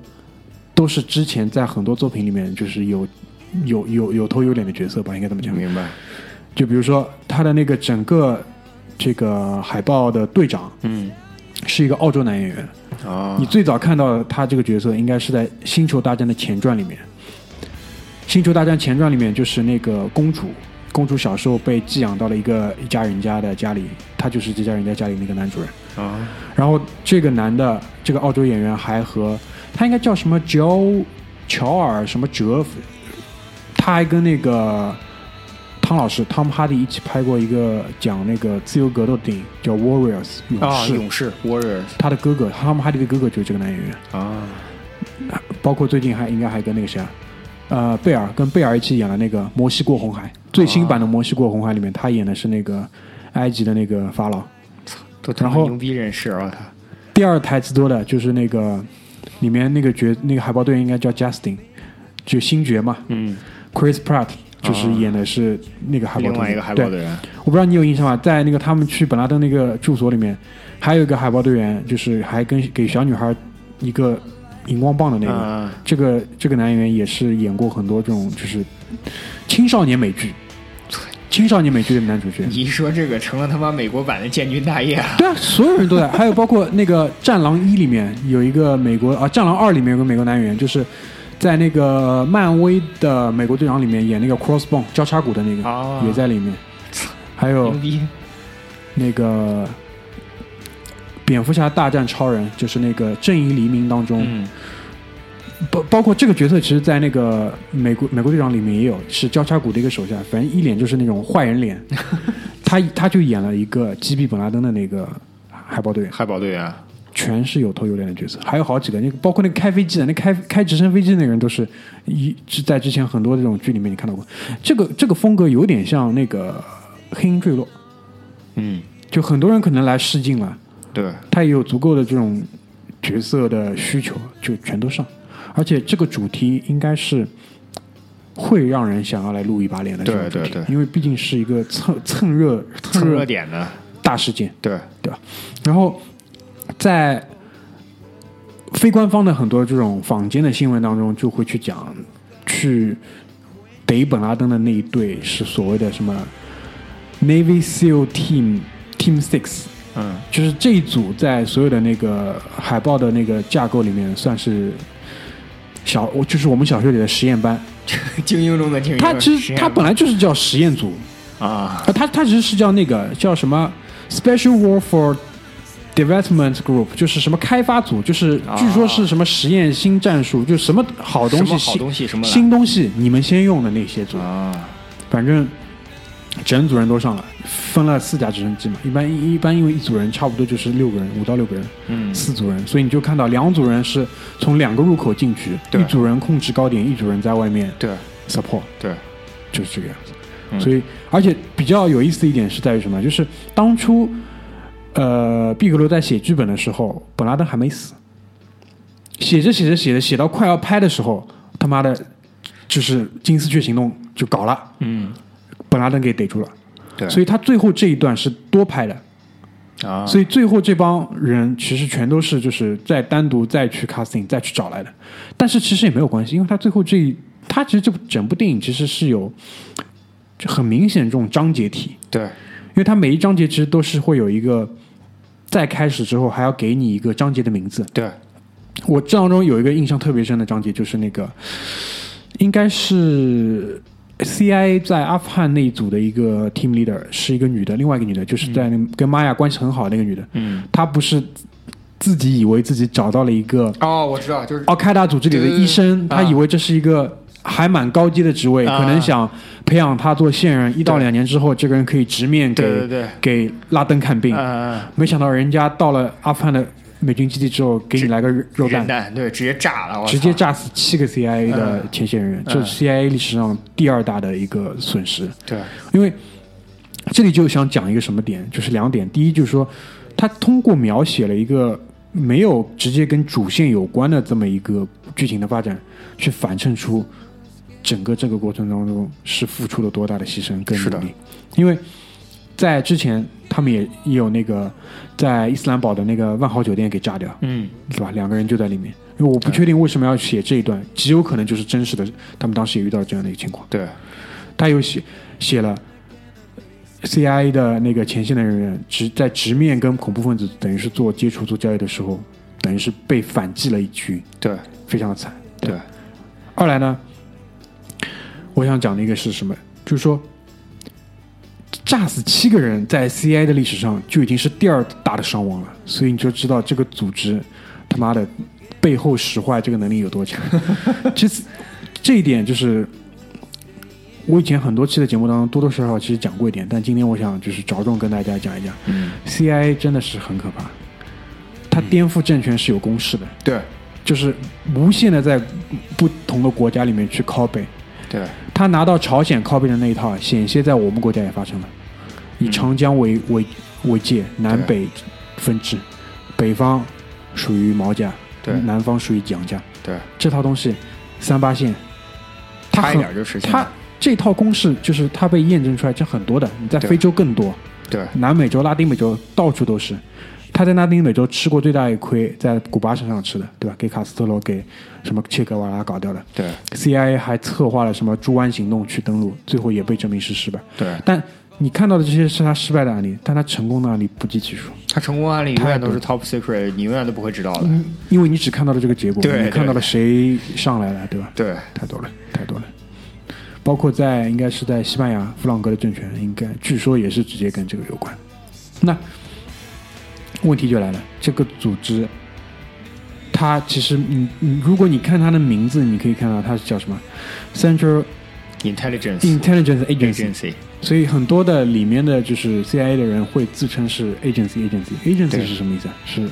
Speaker 2: 都是之前在很多作品里面就是有有有有头有脸的角色吧，应该这么讲。
Speaker 3: 明白？
Speaker 2: 就比如说他的那个整个这个海豹的队长
Speaker 3: 嗯
Speaker 2: 是一个澳洲男演员，
Speaker 3: 啊
Speaker 2: 你，最早看到他这个角色应该是在《星球大战》的前传里面，《星球大战前传》里面就是那个公主公主小时候被寄养到了一个一家人家的家里，她就是这家人家家里那个男主人。
Speaker 3: 啊，
Speaker 2: 然后这个男的，这个澳洲演员还和他应该叫什么乔乔尔什么哲，他还跟那个汤老师汤姆哈迪一起拍过一个讲那个自由格斗的电影，叫《Warriors 勇
Speaker 3: 啊，
Speaker 2: 士》。
Speaker 3: 勇士 Warriors
Speaker 2: 他的哥哥汤姆哈迪的哥哥就是这个男演员，
Speaker 3: 啊，
Speaker 2: 包括最近还应该还跟那个谁啊，呃，贝尔跟贝尔一起演了那个《摩西过红海》最新版的
Speaker 3: 哦
Speaker 2: 《摩西过红海》里面，他演的是那个埃及的那个法老。
Speaker 3: 都他
Speaker 2: 然
Speaker 3: 妈
Speaker 2: 后
Speaker 3: 牛逼人士啊，他
Speaker 2: 第二台词多的就是那个里面那个角那个海豹队应该叫 Justin，就星爵嘛。嗯。Chris Pratt 就是演的是那个海豹队、
Speaker 3: 哦另外一个海豹
Speaker 2: 对
Speaker 3: 队员
Speaker 2: 我不知道你有印象吗？在那个他们去本拉登那个住所里面，还有一个海豹队员，就是还跟给小女孩一个荧光棒的那个。
Speaker 3: 啊
Speaker 2: 这个这个男演员也是演过很多这种就是青少年美剧，青少年美剧的男主角。
Speaker 3: 你一说这个成了他妈美国版的建军大业啊，
Speaker 2: 对啊，所有人都在，还有包括那个《战狼一》里面有一个美国啊，《战狼二》里面有个美国男演员，就是在那个漫威的美国队长里面演那个 Crossbone 交叉骨的那个、
Speaker 3: 啊
Speaker 2: 也在里面，还
Speaker 3: 牛
Speaker 2: 有
Speaker 3: 逼
Speaker 2: 那个《蝙蝠侠大战超人》，就是那个《正义黎明》当中，
Speaker 3: 嗯
Speaker 2: 包包括这个角色，其实，在那个美国美国队长里面也有，是交叉骨的一个手下，反正一脸就是那种坏人脸，他他就演了一个击毙本拉登的那个海豹队啊员。
Speaker 3: 海豹队员
Speaker 2: 全是有头有脸的角色，还有好几个，那个包括那个开飞机的，那开开直升飞机的那个人都是一是在之前很多这种剧里面你看到过。这个这个风格有点像那个《黑鹰坠落》，
Speaker 3: 嗯，
Speaker 2: 就很多人可能来试镜了，
Speaker 3: 对，
Speaker 2: 他也有足够的这种角色的需求，就全都上。而且这个主题应该是会让人想要来露一把脸的这种主题，
Speaker 3: 对对对
Speaker 2: 因为毕竟是一个蹭蹭热
Speaker 3: 蹭
Speaker 2: 蹭
Speaker 3: 热
Speaker 2: 热
Speaker 3: 点的，
Speaker 2: 大事件。
Speaker 3: 对，
Speaker 2: 对吧？然后在非官方的很多这种坊间的新闻当中，就会去讲去逮本拉登的那一队是所谓的什么 Navy SEAL Team Team Six，
Speaker 3: 嗯
Speaker 2: 就是这一组在所有的那个海报的那个架构里面算是。小，我就是我们小学里的实验班，
Speaker 3: 精英中的精英，
Speaker 2: 他其实
Speaker 3: 实验
Speaker 2: 他本来就是叫实验组，
Speaker 3: 啊
Speaker 2: 啊，他他其实是叫那个叫什么 Special War for Development Group，就是什么开发组，就是
Speaker 3: 啊
Speaker 2: 据说是什么实验新战术，就什么好东
Speaker 3: 什
Speaker 2: 西、
Speaker 3: 么好
Speaker 2: 新
Speaker 3: 东西什么来
Speaker 2: 新东西，你们先用的那些组，
Speaker 3: 啊，
Speaker 2: 反正整组人都上了，分了四架直升机嘛。一般一一般因为一组人差不多就是六个人，五到六个人，
Speaker 3: 嗯
Speaker 2: 四组人，所以你就看到两组人是从两个入口进去，
Speaker 3: 对
Speaker 2: 一组人控制高点，一组人在外面
Speaker 3: 对
Speaker 2: support。
Speaker 3: 对，
Speaker 2: 就是这个样子。
Speaker 3: 嗯
Speaker 2: 所以，而且比较有意思的一点是在于什么？就是当初，呃，毕格罗在写剧本的时候，本拉登还没死。写着写着写着，写到快要拍的时候，他妈的，就是金丝雀行动就搞了，
Speaker 3: 嗯
Speaker 2: 本拉登给逮住了。
Speaker 3: 对，
Speaker 2: 所以他最后这一段是多拍的，
Speaker 3: 以啊，
Speaker 2: 所以最后这帮人其实全都是就是再单独再去 casting 再去找来的，但是其实也没有关系，因为他最后这一他其实这部整部电影其实是有就很明显这种章节体，
Speaker 3: 对
Speaker 2: 因为它每一章节其实都是会有一个在开始之后还要给你一个章节的名字。
Speaker 3: 对，
Speaker 2: 我这当中有一个印象特别深的章节，就是那个应该是 CIA 在阿富汗那一组的一个 team leader 是一个女的，另外一个女的就是在那跟玛雅关系很好的那个女的，
Speaker 3: 嗯，
Speaker 2: 她不是自己以为自己找到了一个
Speaker 3: 哦，我知道，就是
Speaker 2: 奥开达组织里的医生，
Speaker 3: 对对对
Speaker 2: 他以为这是一个还蛮高阶的职位，
Speaker 3: 啊
Speaker 2: 可能想培养他做线人，一到
Speaker 3: 对
Speaker 2: 两年之后，这个人可以直面给
Speaker 3: 对对对
Speaker 2: 给拉登看病。
Speaker 3: 嗯，
Speaker 2: 没想到人家到了阿富汗的美军基地之后，给你来个肉
Speaker 3: 人
Speaker 2: 弹，
Speaker 3: 弹对，直接炸了，我
Speaker 2: 直接
Speaker 3: 操嗯
Speaker 2: 炸死七个 CIA 的前线人员，这是 CIA 历史上第二大的一个损失。
Speaker 3: 对，
Speaker 2: 因为这里就想讲一个什么点，就是两点。第一就是说，他通过描写了一个没有直接跟主线有关的这么一个剧情的发展，去反衬出整个这个过程当中是付出了多大的牺牲跟
Speaker 3: 是
Speaker 2: 努
Speaker 3: 的
Speaker 2: 力。因为在之前，他们也也有那个在伊斯兰堡的那个万豪酒店给炸掉，
Speaker 3: 嗯，
Speaker 2: 对吧？两个人就在里面。因为我不确定为什么要写这一段，极有可能就是真实的，他们当时也遇到了这样的一个情况。
Speaker 3: 对，
Speaker 2: 他又写写了 CIA 的那个前线的人员直在直面跟恐怖分子，等于是做接触、做交易的时候，等于是被反击了一局，
Speaker 3: 对，
Speaker 2: 非常惨。
Speaker 3: 对，
Speaker 2: 二来呢，我想讲的一个是什么？就是说，炸死七个人，在 CIA 的历史上就已经是第二大的伤亡了，所以你就知道这个组织他妈的背后使坏这个能力有多 强。这次这一点就是我以前很多期的节目当中多多少少其实讲过一点，但今天我想就是着重跟大家讲一讲、
Speaker 3: 嗯
Speaker 2: c i a 真的是很可怕，它颠覆政权是有公式的，
Speaker 3: 对
Speaker 2: 就是无限的在不同的国家里面去 copy。
Speaker 3: 对，
Speaker 2: 他拿到朝鲜 copy 的那一套，险些在我们国家也发生了，
Speaker 3: 嗯
Speaker 2: 以长江为为为界，南北分治，北方属于毛家，
Speaker 3: 对
Speaker 2: 南方属于蒋家，
Speaker 3: 对，
Speaker 2: 这套东西三八线，它
Speaker 3: 差一
Speaker 2: 很
Speaker 3: 点就实现
Speaker 2: 它
Speaker 3: 了。
Speaker 2: 这套公式就是它被验证出来，这很多的，你在
Speaker 3: 对
Speaker 2: 非洲更多，
Speaker 3: 对
Speaker 2: 南美洲、拉丁美洲到处都是。他在拉丁美洲吃过最大一亏，在古巴身上吃的，对吧？给卡斯特罗、给什么切格瓦拉搞掉的，
Speaker 3: 对
Speaker 2: CIA 还策划了什么猪湾行动去登陆，最后也被证明是失败。
Speaker 3: 对，
Speaker 2: 但你看到的这些是他失败的案例，但他成功的案例不计其数，
Speaker 3: 他成功案例永远都是 top secret，你永远都不会知道的。
Speaker 2: 因为你只看到了这个结果，
Speaker 3: 对
Speaker 2: 你看到了谁上来了，对吧？
Speaker 3: 对
Speaker 2: 太多了，太多了。包括在应该是在西班牙弗朗哥的政权，应该据说也是直接跟这个有关。那问题就来了，这个组织，它其实你你如果你看它的名字，你可以看到它是叫什么 Central
Speaker 3: ，intelligence
Speaker 2: Intelligence Agency。
Speaker 3: agency，
Speaker 2: 所以很多的里面的就是 CIA 的人会自称是 agency agency agency
Speaker 3: 对
Speaker 2: 是什么意思啊？是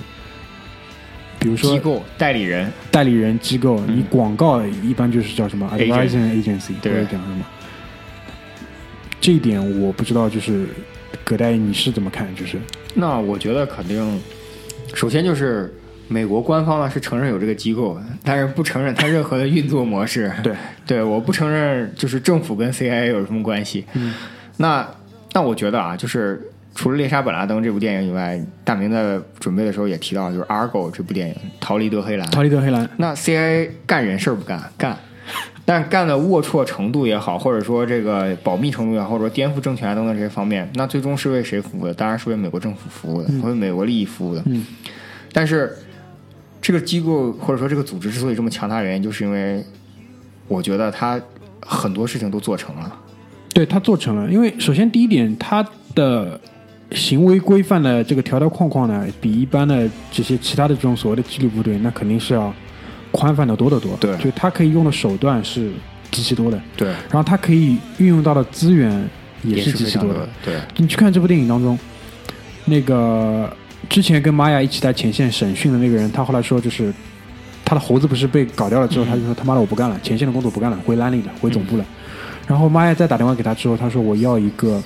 Speaker 2: 比如
Speaker 3: 机
Speaker 2: 说
Speaker 3: 构代理人，
Speaker 2: 代理人机构，你广告一般就是叫什么
Speaker 3: Agent
Speaker 2: advising agency 或
Speaker 3: 嗯对
Speaker 2: 者讲什么。这一点我不知道，就是葛代你是怎么看？就是
Speaker 3: 那我觉得肯定，首先就是美国官方呢是承认有这个机构，但是不承认它任何的运作模式。
Speaker 2: 对，
Speaker 3: 对，我不承认就是政府跟 CIA 有什么关系。
Speaker 2: 嗯，
Speaker 3: 那那我觉得啊，就是除了《猎杀本拉登》这部电影以外，大明在准备的时候也提到，就是《Argo》这部电影《逃离德黑兰》。
Speaker 2: 逃离德黑兰，
Speaker 3: 那 CIA 干人事儿不干，干，但干的龌龊程度也好，或者说这个保密程度也好，或者说颠覆政权啊等等这些方面，那最终是为谁服务的？当然是为美国政府服务的，为美国利益服务的。
Speaker 2: 嗯
Speaker 3: 但是这个机构或者说这个组织之所以这么强大，原因就是因为我觉得他很多事情都做成了。
Speaker 2: 对他做成了，因为首先第一点，他的行为规范的这个条条框框呢，比一般的这些其他的这种所谓的纪律部队，那肯定是要宽泛的多得多。
Speaker 3: 对
Speaker 2: 就他可以用的手段是极其多的，
Speaker 3: 对，
Speaker 2: 然后他可以运用到的资源也
Speaker 3: 也
Speaker 2: 是
Speaker 3: 是
Speaker 2: 极
Speaker 3: 非
Speaker 2: 其
Speaker 3: 常
Speaker 2: 多
Speaker 3: 多
Speaker 2: 的。
Speaker 3: 的。对
Speaker 2: 你去看这部电影当中，那个之前跟玛雅一起在前线审讯的那个人，他后来说就是他的猴子不是被搞掉了之后，他就说他妈的我不干了，前线的工作不干了，回兰陵了，回总部了。然后玛雅再打电话给他之后，他说我要一个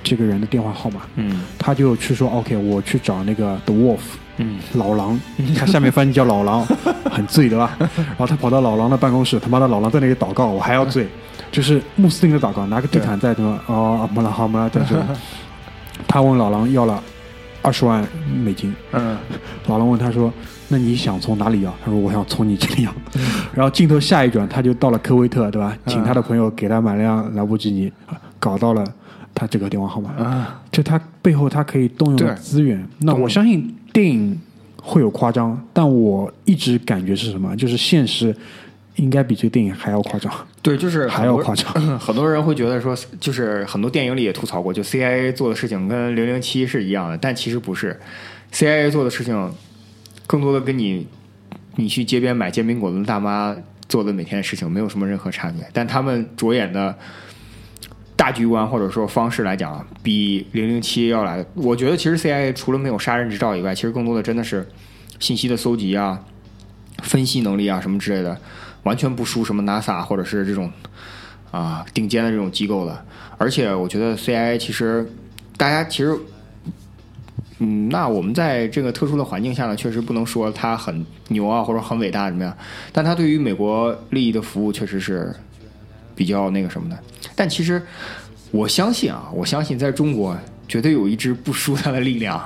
Speaker 2: 这个人的电话号码，
Speaker 3: 嗯
Speaker 2: 他就去说 OK，我去找那个 The Wolf。
Speaker 3: 嗯，
Speaker 2: 老狼，他下面翻译叫老狼，很醉对吧？然后他跑到老狼的办公室，他妈的老狼在那里祷告，我还要醉，就是穆斯林的祷告，拿个地毯在那哦，阿姆拉哈姆拉，但是他问老狼要了二十万美金，
Speaker 3: 嗯，
Speaker 2: 老狼问他说：“那你想从哪里要？”他说：“我想从你这里要。”然后镜头下一转，他就到了科威特，对吧？请他的朋友给他买辆兰博基尼，搞到了他这个电话号码。
Speaker 3: 啊，
Speaker 2: 就他背后他可以动用的
Speaker 3: 对
Speaker 2: 资源。那
Speaker 3: 动
Speaker 2: 我
Speaker 3: 用
Speaker 2: 相信电影会有夸张，但我一直感觉是什么？就是现实应该比这个电影还要夸张，
Speaker 3: 对，就是
Speaker 2: 还要
Speaker 3: 很多
Speaker 2: 夸 张。
Speaker 3: 嗯很多人会觉得说，就是很多电影里也吐槽过，就 CIA 做的事情跟零零七是一样的，但其实不是。CIA 做的事情，更多的跟你你去街边买煎饼果子的大妈做的每天的事情没有什么任何差别，但他们着眼的大局观或者说方式来讲啊，比零零七要来的。我觉得其实 CIA 除了没有杀人执照以外，其实更多的真的是信息的搜集啊、分析能力啊什么之类的，完全不输什么 NASA 或者是这种啊顶尖的这种机构的。而且我觉得 CIA 其实大家其实。嗯，那我们在这个特殊的环境下呢，确实不能说它很牛啊，或者很伟大怎么样，但它对于美国利益的服务确实是比较那个什么的。但其实我相信啊，我相信在中国绝对有一支不输它的力量。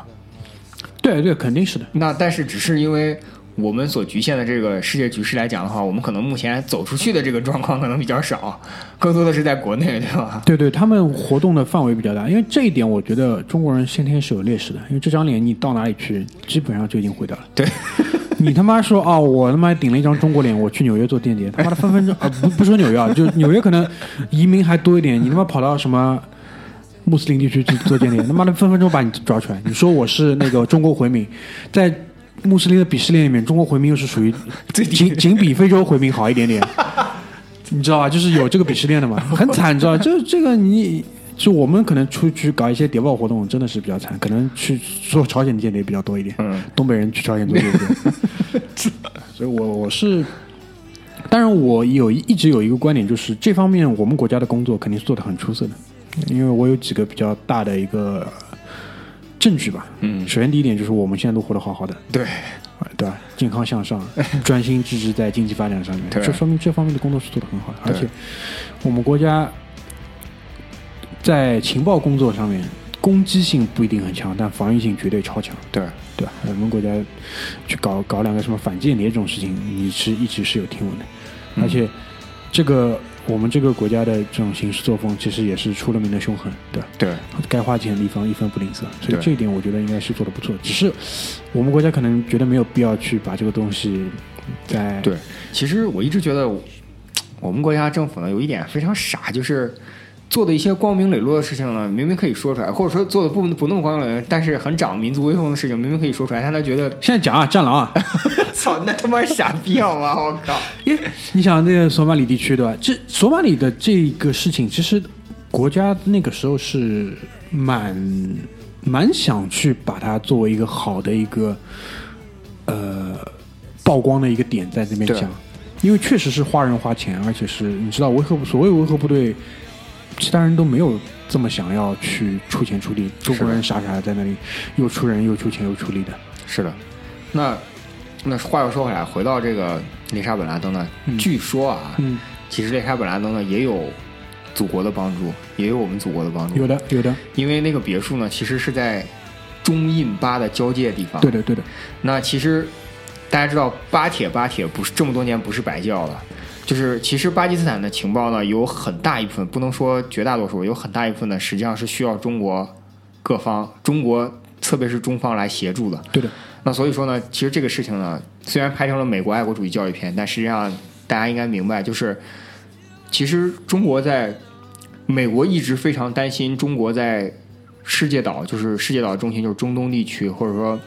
Speaker 2: 对对，肯定是的。
Speaker 3: 那但是只是因为我们所局限的这个世界局势来讲的话，我们可能目前走出去的这个状况可能比较少，更多的是在国内，对吧？
Speaker 2: 对对，他们活动的范围比较大，因为这一点我觉得中国人先天是有劣势的，因为这张脸你到哪里去，基本上就已经毁掉了。
Speaker 3: 对，
Speaker 2: 你他妈说啊、我他妈顶了一张中国脸，我去纽约做间谍，他妈的分分钟啊、不不说纽约啊，就纽约可能移民还多一点，你他妈跑到什么穆斯林地区去做间谍，他妈的分分钟把你抓出来。你说我是那个中国回民，在穆斯林的鄙视链里面，中国回民又是属于仅仅比非洲回民好一点点，你知道吧？就是有这个鄙视链的嘛，很惨，你知道吧？就这个你。就我们可能出去搞一些谍报活动，真的是比较惨，可能去做朝鲜间谍比较多一点，
Speaker 3: 嗯
Speaker 2: 东北人去朝鲜做间谍，所以我我是当然，我有一一直有一个观点，就是这方面我们国家的工作肯定是做得很出色的，因为我有几个比较大的一个呃证据吧。嗯，首先第一点就是我们现在都活得好好的，
Speaker 3: 对，
Speaker 2: 啊对吧？健康向 上，专心致志在经济发展上面，
Speaker 3: 对
Speaker 2: 这说明这方面的工作是做得很好的。而
Speaker 3: 对
Speaker 2: 且我们国家在情报工作上面，攻击性不一定很强，但防御性绝对超强。
Speaker 3: 对，
Speaker 2: 对吧？我们国家去搞搞两个什么反间谍这种事情，你是一直是有听闻的，
Speaker 3: 嗯
Speaker 2: 而且这个我们这个国家的这种行事作风，其实也是出了名的凶狠，对吧？
Speaker 3: 对，
Speaker 2: 该花钱的地方一分不吝啬，所以
Speaker 3: 对
Speaker 2: 这一点我觉得应该是做的不错。只是我们国家可能觉得没有必要去把这个东西在
Speaker 3: 对，其实我一直觉得我我们国家政府呢有一点非常傻，就是做的一些光明磊落的事情呢，明明可以说出来，或者说做的不不那么光明磊落，但是很长民族威风的事情，明明可以说出来，但他觉得
Speaker 2: 现在讲啊，战狼啊，
Speaker 3: 操，那他妈是傻逼好吗？我靠！
Speaker 2: 因为你想这个索马里地区对吧？这索马里的这个事情，其实国家那个时候是蛮蛮想去把它作为一个好的一个呃曝光的一个点在这边
Speaker 3: 对
Speaker 2: 讲，因为确实是花人花钱，而且是你知道维和所谓维和部队，其他人都没有这么想要去出钱出力，中国人傻傻的在那里又出人又出钱又出力的，
Speaker 3: 是的，那那话又说回来，回到这个猎杀本拉登呢，据说啊，
Speaker 2: 嗯，
Speaker 3: 其实猎杀本拉登呢也有祖国的帮助，也有我们祖国的帮助，
Speaker 2: 有的有的，
Speaker 3: 因为那个别墅呢其实是在中印巴的交界地方，
Speaker 2: 对的对的，
Speaker 3: 那其实大家知道，巴铁巴铁不是这么多年不是白叫了，就是其实巴基斯坦的情报呢，有很大一部分，不能说绝大多数，有很大一部分呢，实际上是需要中国各方、中国特别是中方来协助的。
Speaker 2: 对的，
Speaker 3: 那所以说呢，其实这个事情呢，虽然拍成了美国爱国主义教育片，但实际上大家应该明白，就是其实中国在美国一直非常担心中国在世界岛，就是世界岛的中心就是中东地区或者说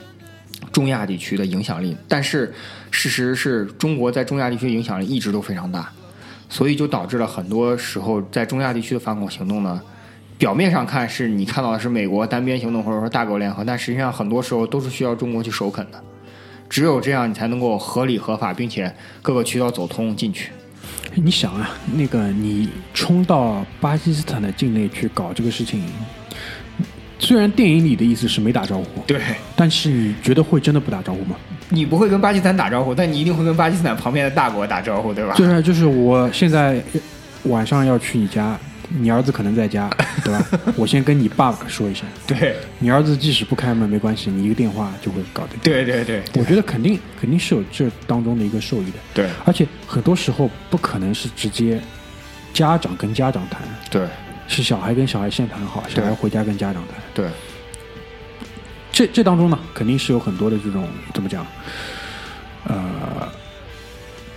Speaker 3: 中亚地区的影响力，但是事实是中国在中亚地区的影响力一直都非常大，所以就导致了很多时候在中亚地区的反恐行动呢。表面上看是你看到的是美国单边行动或者说大狗联合，但实际上很多时候都是需要中国去首肯的，只有这样你才能够合理合法，并且各个渠道走通进去。
Speaker 2: 你想啊，那个你冲到巴基斯坦的境内去搞这个事情，虽然电影里的意思是没打招呼，
Speaker 3: 对，
Speaker 2: 但是你觉得会真的不打招呼吗？
Speaker 3: 你不会跟巴基斯坦打招呼，但你一定会跟巴基斯坦旁边的大国打招呼，对 吧？
Speaker 2: 就是就是我现在呃晚上要去你家，你儿子可能在家，对 吧？我先跟你爸爸说一声，
Speaker 3: 对
Speaker 2: 你儿子即使不开门没关系，你一个电话就会搞定。
Speaker 3: 对对对
Speaker 2: 我觉得肯定肯定是有这当中的一个受益的，
Speaker 3: 对
Speaker 2: 而且很多时候不可能是直接家长跟家长谈，
Speaker 3: 对
Speaker 2: 是小孩跟小孩先谈好，小孩
Speaker 3: 对
Speaker 2: 回家跟家长谈。
Speaker 3: 对，
Speaker 2: 这这当中呢，肯定是有很多的这种怎么讲，呃，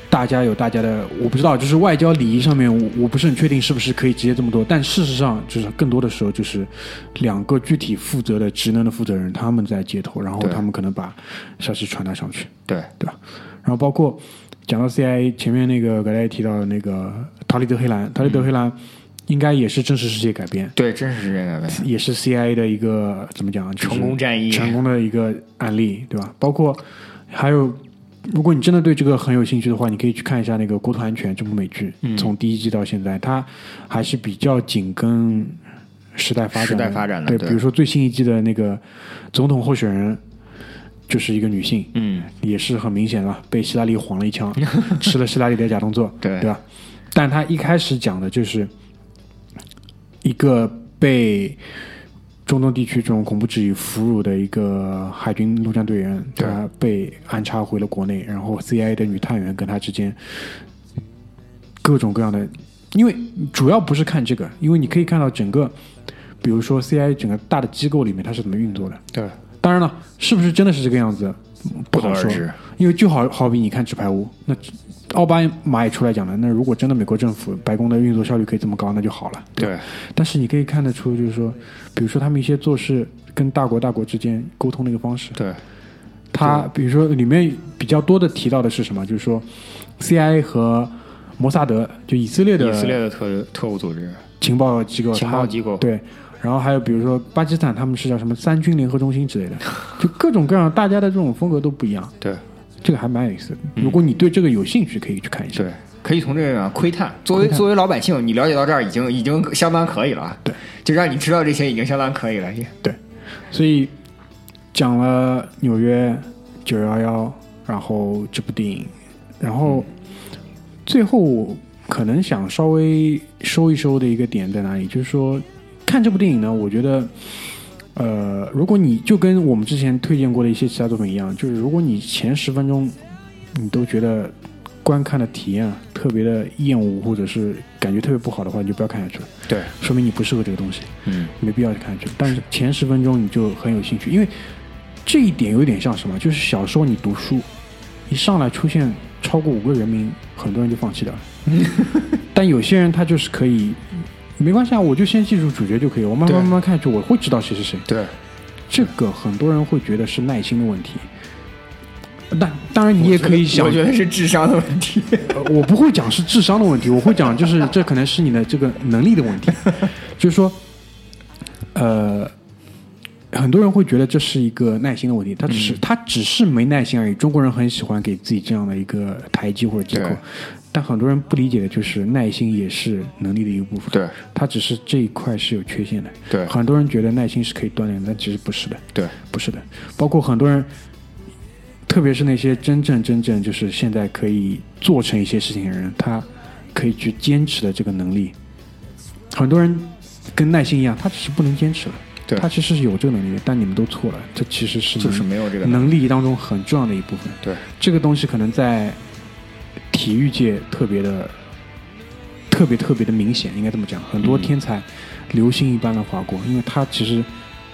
Speaker 2: 大家有大家的，我不知道，就是外交礼仪上面，我我不是很确定是不是可以直接这么多，但事实上就是更多的时候就是两个具体负责的职能的负责人他们在接头，然后
Speaker 3: 对
Speaker 2: 他们可能把消息传达上去，
Speaker 3: 对
Speaker 2: 对吧？然后包括讲到 CIA 前面那个刚才提到的那个逃离德黑兰，逃离德黑兰应该也是真实世界改编，
Speaker 3: 对，真是这个呗。
Speaker 2: 也是 CIA 的一个怎么讲啊，就是
Speaker 3: 成功战役
Speaker 2: 成功的一个案例，对吧？包括还有，如果你真的对这个很有兴趣的话，你可以去看一下那个《国土安全》这部美剧，
Speaker 3: 嗯
Speaker 2: 从第一季到现在，它还是比较紧跟时代发展的。
Speaker 3: 时代发展的
Speaker 2: 对，
Speaker 3: 对
Speaker 2: 比如说最新一季的那个总统候选人就是一个女性，
Speaker 3: 嗯，
Speaker 2: 也是很明显了，被希拉里晃了一枪，吃了希拉里的假动作，
Speaker 3: 对
Speaker 2: 对吧？但他一开始讲的就是一个被中东地区这种恐怖主义俘虏的一个海军陆战队员，
Speaker 3: 对
Speaker 2: 他被安插回了国内，然后 CIA 的女探员跟他之间各种各样的，因为主要不是看这个，因为你可以看到整个，比如说 CIA 整个大的机构里面它是怎么运作的，
Speaker 3: 对
Speaker 2: 当然了，是不是真的是这个样子，不
Speaker 3: 得
Speaker 2: 好
Speaker 3: 而
Speaker 2: 说
Speaker 3: 知，
Speaker 2: 因为就好好比你看《纸牌屋》，那奥巴马也出来讲了，那如果真的美国政府白宫的运作效率可以这么高，那就好了。对吧
Speaker 3: 对，
Speaker 2: 但是你可以看得出，就是说，比如说他们一些做事跟大国大国之间沟通的一个方式，
Speaker 3: 对，
Speaker 2: 他比如说里面比较多的提到的是什么？就是说，CIA 和摩萨德，就以色列的
Speaker 3: 以色列的特特务组织，
Speaker 2: 情报机构，
Speaker 3: 情
Speaker 2: 它
Speaker 3: 报机构
Speaker 2: 对。然后还有比如说巴基斯坦，他们是叫什么三军联合中心之类的， 就各种各样，大家的这种风格都不一样，
Speaker 3: 对
Speaker 2: 这个还蛮有意思的。
Speaker 3: 嗯
Speaker 2: 如果你对这个有兴趣，可以去看一下。
Speaker 3: 对，可以从这个窥探。作为作为老百姓，你了解到这儿已经已经相当可以了啊，
Speaker 2: 对，
Speaker 3: 就让你知道这些已经相当可以了。
Speaker 2: 对，所以讲了纽约九幺幺，然后这部电影，然后最后我可能想稍微收一收的一个点在哪里，就是说看这部电影呢，我觉得。呃，如果你就跟我们之前推荐过的一些其他作品一样，就是如果你前十分钟你都觉得观看的体验啊特别的厌恶，或者是感觉特别不好的话，你就不要看下去了，
Speaker 3: 对，
Speaker 2: 说明你不适合这个东西。
Speaker 3: 嗯，
Speaker 2: 没必要去看剧，但是前十分钟你就很有兴趣，因为这一点有点像什么，就是小时候你读书，一上来出现超过五个人名，很多人就放弃掉了。 但有些人他就是可以，没关系啊，我就先记住主角就可以，我慢慢
Speaker 3: 对
Speaker 2: 慢慢看就我会知道谁是谁。
Speaker 3: 对，
Speaker 2: 这个很多人会觉得是耐心的问题，但当然你也可以想
Speaker 3: 我觉得是智商的问题。
Speaker 2: 呃我不会讲是智商的问题，我会讲就是这可能是你的这个能力的问 题，就是说，呃，很多人会觉得这是一个耐心的问题，他只
Speaker 3: 嗯
Speaker 2: 是、他只是没耐心而已。中国人很喜欢给自己这样的一个台阶或者借口
Speaker 3: 对，
Speaker 2: 但很多人不理解的就是耐心也是能力的一部分，
Speaker 3: 对，
Speaker 2: 他只是这一块是有缺陷的。
Speaker 3: 对
Speaker 2: 很多人觉得耐心是可以锻炼的，但其实不是的。
Speaker 3: 对，
Speaker 2: 不是的，包括很多人，特别是那些真正真正就是现在可以做成一些事情的人，他可以去坚持的这个能力，很多人跟耐心一样，他只是不能坚持了。
Speaker 3: 对
Speaker 2: 他其实是有这个能力的，但你们都错了，这其实是
Speaker 3: 就是
Speaker 2: 能
Speaker 3: 没有这个嗯能力
Speaker 2: 能力当中很重要的一部分。
Speaker 3: 对，
Speaker 2: 这个东西可能在体育界特别的、特别特别的明显，应该这么讲。很
Speaker 3: 嗯
Speaker 2: 多天才流星一般的划过，因为他其实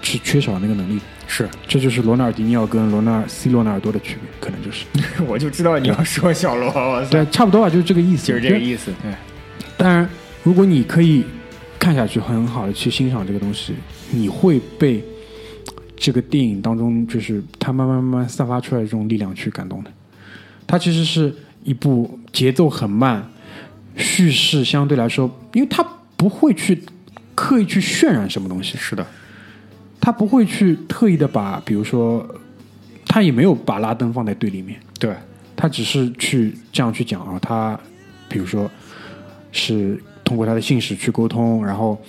Speaker 2: 是缺少那个能力的。
Speaker 3: 是，
Speaker 2: 这就是罗纳尔迪尼奥跟罗纳尔 C 罗纳尔多的区别，可能就是
Speaker 3: 我就知道你要说小罗，我操，
Speaker 2: 对，差不多吧，就是这个意思。
Speaker 3: 就是这个意思。嗯对，
Speaker 2: 思。当然，如果你可以看下去，很好的去欣赏这个东西，你会被这个电影当中就是它慢慢慢慢散发出来的这种力量去感动的。它其实是一部节奏很慢，叙事相对来说，因为它不会去刻意去渲染什么东西，
Speaker 3: 是的，
Speaker 2: 他不会去特意的把，比如说，他也没有把拉登放在队里面，
Speaker 3: 对，
Speaker 2: 他只是去这样去讲啊，他比如说是通过他的信使去沟通，然后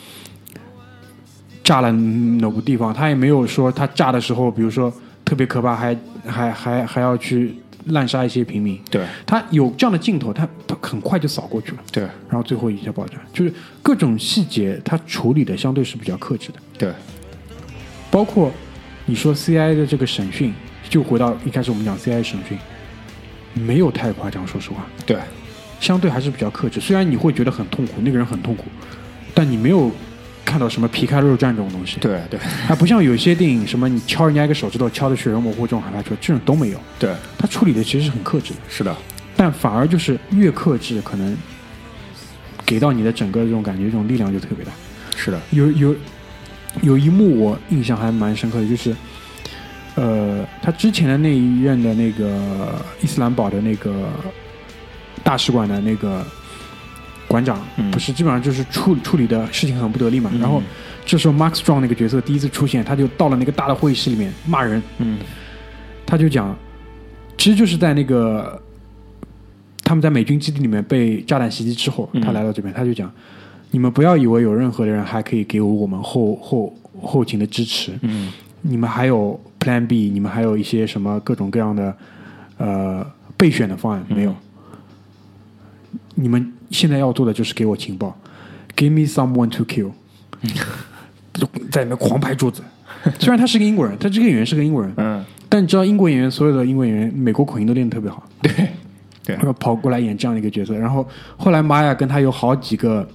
Speaker 2: 炸了哪个地方，他也没有说他炸的时候，比如说特别可怕，还还还还要去滥杀一些平民，
Speaker 3: 对，
Speaker 2: 他有这样的镜头，他他很快就扫过去了，
Speaker 3: 对，
Speaker 2: 然后最后一下爆炸，就是各种细节他处理的相对是比较克制的。
Speaker 3: 对，
Speaker 2: 包括你说 CI 的这个审讯，就回到一开始我们讲 CI 审讯，没有太夸张，说实话，
Speaker 3: 对，
Speaker 2: 相对还是比较克制。虽然你会觉得很痛苦，那个人很痛苦，但你没有看到什么皮开肉绽这种东西。，
Speaker 3: 对，对，
Speaker 2: 还不像有些电影什么你敲人家一个手指头敲的血肉模糊这种海拉球，这种都没有。
Speaker 3: 对，
Speaker 2: 他处理的其实是很克制的，
Speaker 3: 是的，
Speaker 2: 但反而就是越克制，可能给到你的整个这种感觉，这种力量就特别大。
Speaker 3: 是的，
Speaker 2: 有有有一幕我印象还蛮深刻的，就是呃，他之前的那一任的那个伊斯兰堡的那个大使馆的那个馆长，
Speaker 3: 嗯
Speaker 2: 不是基本上就是处处理的事情很不得力嘛。然后这时候 Mark Strong 那个角色第一次出现，他就到了那个大的会议室里面骂人，
Speaker 3: 嗯，
Speaker 2: 他就讲，其实就是在那个他们在美军基地里面被炸弹袭击之
Speaker 3: 嗯
Speaker 2: 后，他来到这边，他就讲，你们不要以为有任何的人还可以给我们后后后勤的支持，
Speaker 3: 嗯，
Speaker 2: 你们还有 Plan B，你们还有一些什么各种各样的呃备选的方
Speaker 3: 嗯
Speaker 2: 案没有？你们现在要做的就是给我情报，Give me someone to kill，就
Speaker 3: 嗯
Speaker 2: 在里面狂拍桌子。虽然他是个英国人，他这个演员是个英国人，
Speaker 3: 嗯，
Speaker 2: 但你知道英国演员所有的英国演员美国口音都练得特别好，
Speaker 3: 对，对
Speaker 2: 然，后跑过来演这样的一个角色。然后后来玛雅跟他有好几个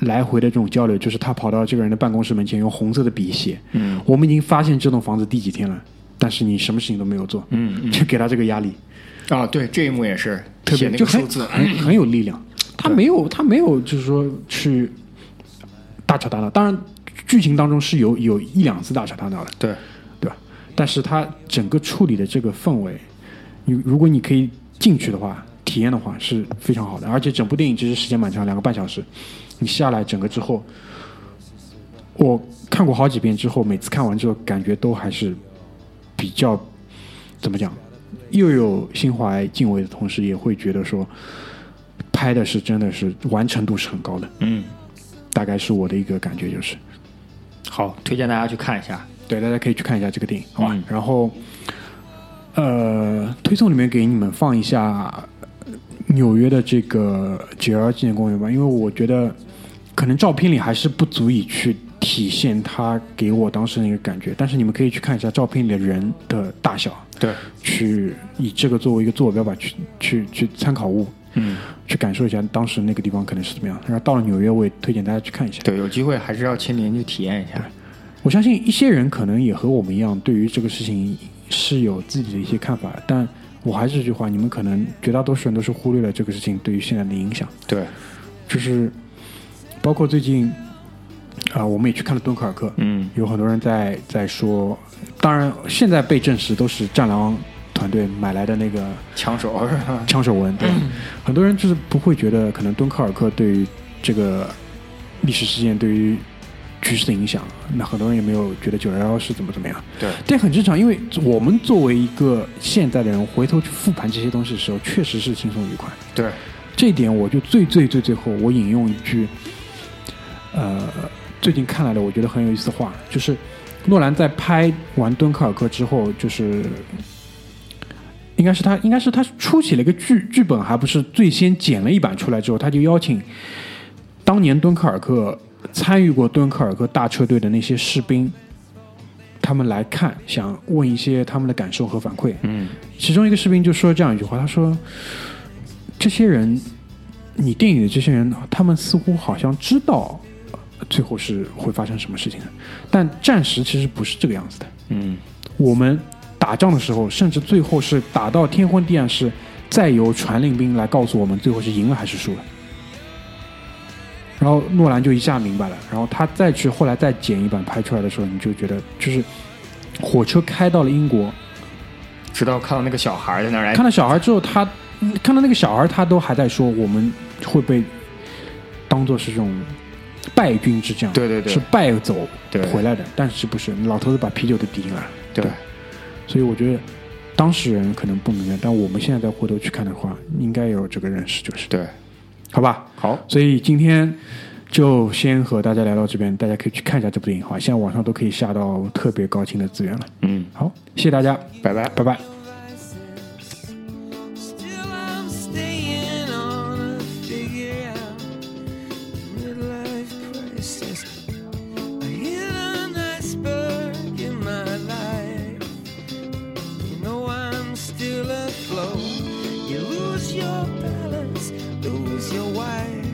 Speaker 2: 来回的这种交流，就是他跑到这个人的办公室门前，用红色的笔写：“
Speaker 3: 嗯，
Speaker 2: 我们已经发现这栋房子第几天了，但是你什么事情都没有做，
Speaker 3: 嗯嗯
Speaker 2: 就给他这个压力，
Speaker 3: 啊，对这一幕也是
Speaker 2: 特
Speaker 3: 写
Speaker 2: 别
Speaker 3: 那
Speaker 2: 就
Speaker 3: 个
Speaker 2: 很
Speaker 3: 数字，
Speaker 2: 很很有力量。他没有他没有就是说去大吵大闹，当然剧情当中是有有一两次大吵大闹的，
Speaker 3: 对，
Speaker 2: 对吧？但是它整个处理的这个氛围，你如果你可以进去的话，体验的话是非常好的。而且整部电影其实时间蛮长，两个半小时，你下来整个之后，我看过好几遍之后，每次看完之后感觉都还是比较怎么讲，又有心怀敬畏的同时，也会觉得说拍的是真的是完成度是很高的，
Speaker 3: 嗯，
Speaker 2: 大概是我的一个感觉就是。
Speaker 4: 好，推荐大家去看一下。
Speaker 2: 对，大家可以去看一下这个电影，好吧？然后，呃，推送里面给你们放一下呃纽约的这个杰尔纪念公园吧，因为我觉得可能照片里还是不足以去体现它给我当时那个感觉，但是你们可以去看一下照片里的人的大小，
Speaker 3: 对，
Speaker 2: 去以这个作为一个坐标吧，去去去参考物，
Speaker 3: 嗯，
Speaker 2: 去感受一下当时那个地方可能是怎么样。然后到了纽约，我也推荐大家去看一下。
Speaker 3: 对，有机会还是要亲临去体验一下，
Speaker 2: 我相信一些人可能也和我们一样，对于这个事情是有自己的一些看法，但我还是这句话，你们可能绝大多数人都是忽略了这个事情对于现在的影响，
Speaker 3: 对，
Speaker 2: 就是包括最近啊、我们也去看了敦刻尔克，
Speaker 3: 嗯，
Speaker 2: 有很多人在在说，当然现在被证实都是战狼团队买来的那个
Speaker 3: 抢手是吧？
Speaker 2: 枪手文，对，很多人就是不会觉得可能敦刻尔克对于这个历史事件对于局势的影响，那很多人也没有觉得九幺幺是怎么怎么样，
Speaker 3: 对，
Speaker 2: 这很正常，因为我们作为一个现代的人，回头去复盘这些东西的时候，确实是轻松愉快。
Speaker 3: 对，
Speaker 2: 这一点，我就最最最最后，我引用一句，呃，最近看来的我觉得很有意思的话，就是诺兰在拍完《敦刻尔克》之后，就是应该是他，应该是他初写了一个剧剧本，还不是最先剪了一版出来之后，他就邀请当年敦刻尔克参与过敦刻尔克大撤退的那些士兵，他们来看，想问一些他们的感受和反馈。
Speaker 3: 嗯，
Speaker 2: 其中一个士兵就说这样一句话，他说：“这些人，你电影里这些人，他们似乎好像知道呃最后是会发生什么事情的，但暂时其实不是这个样子的。
Speaker 3: 嗯，
Speaker 2: 我们打仗的时候，甚至最后是打到天昏地暗，是再由传令兵来告诉我们最后是赢了还是输了。”然后诺兰就一下明白了，然后他再去后来再剪一版拍出来的时候，你就觉得就是火车开到了英国，
Speaker 3: 直到看到那个小孩在那儿来
Speaker 2: 看，到小孩之后，他嗯看到那个小孩，他都还在说我们会被当做是这种败军之将，
Speaker 3: 对对对
Speaker 2: 是败走
Speaker 3: 对
Speaker 2: 回来的，但是不是老头子把啤酒都递进来了，
Speaker 3: 对，
Speaker 2: 所以我觉得当事人可能不明白，但我们现在再回头去看的话，应该有这个认识，就是
Speaker 3: 对，
Speaker 2: 好吧？
Speaker 3: 好，
Speaker 2: 所以今天就先和大家聊到这边，大家可以去看一下这部电影，好吧，现在网上都可以下到特别高清的资源了。
Speaker 3: 嗯，
Speaker 2: 好，谢谢大家，
Speaker 3: 拜拜。
Speaker 2: 拜拜。
Speaker 1: Still, I'm staying on a figure out midlife crisis. I hit an iceberg in my life. You know I'm still afloat. You lose your balance, lose your wife.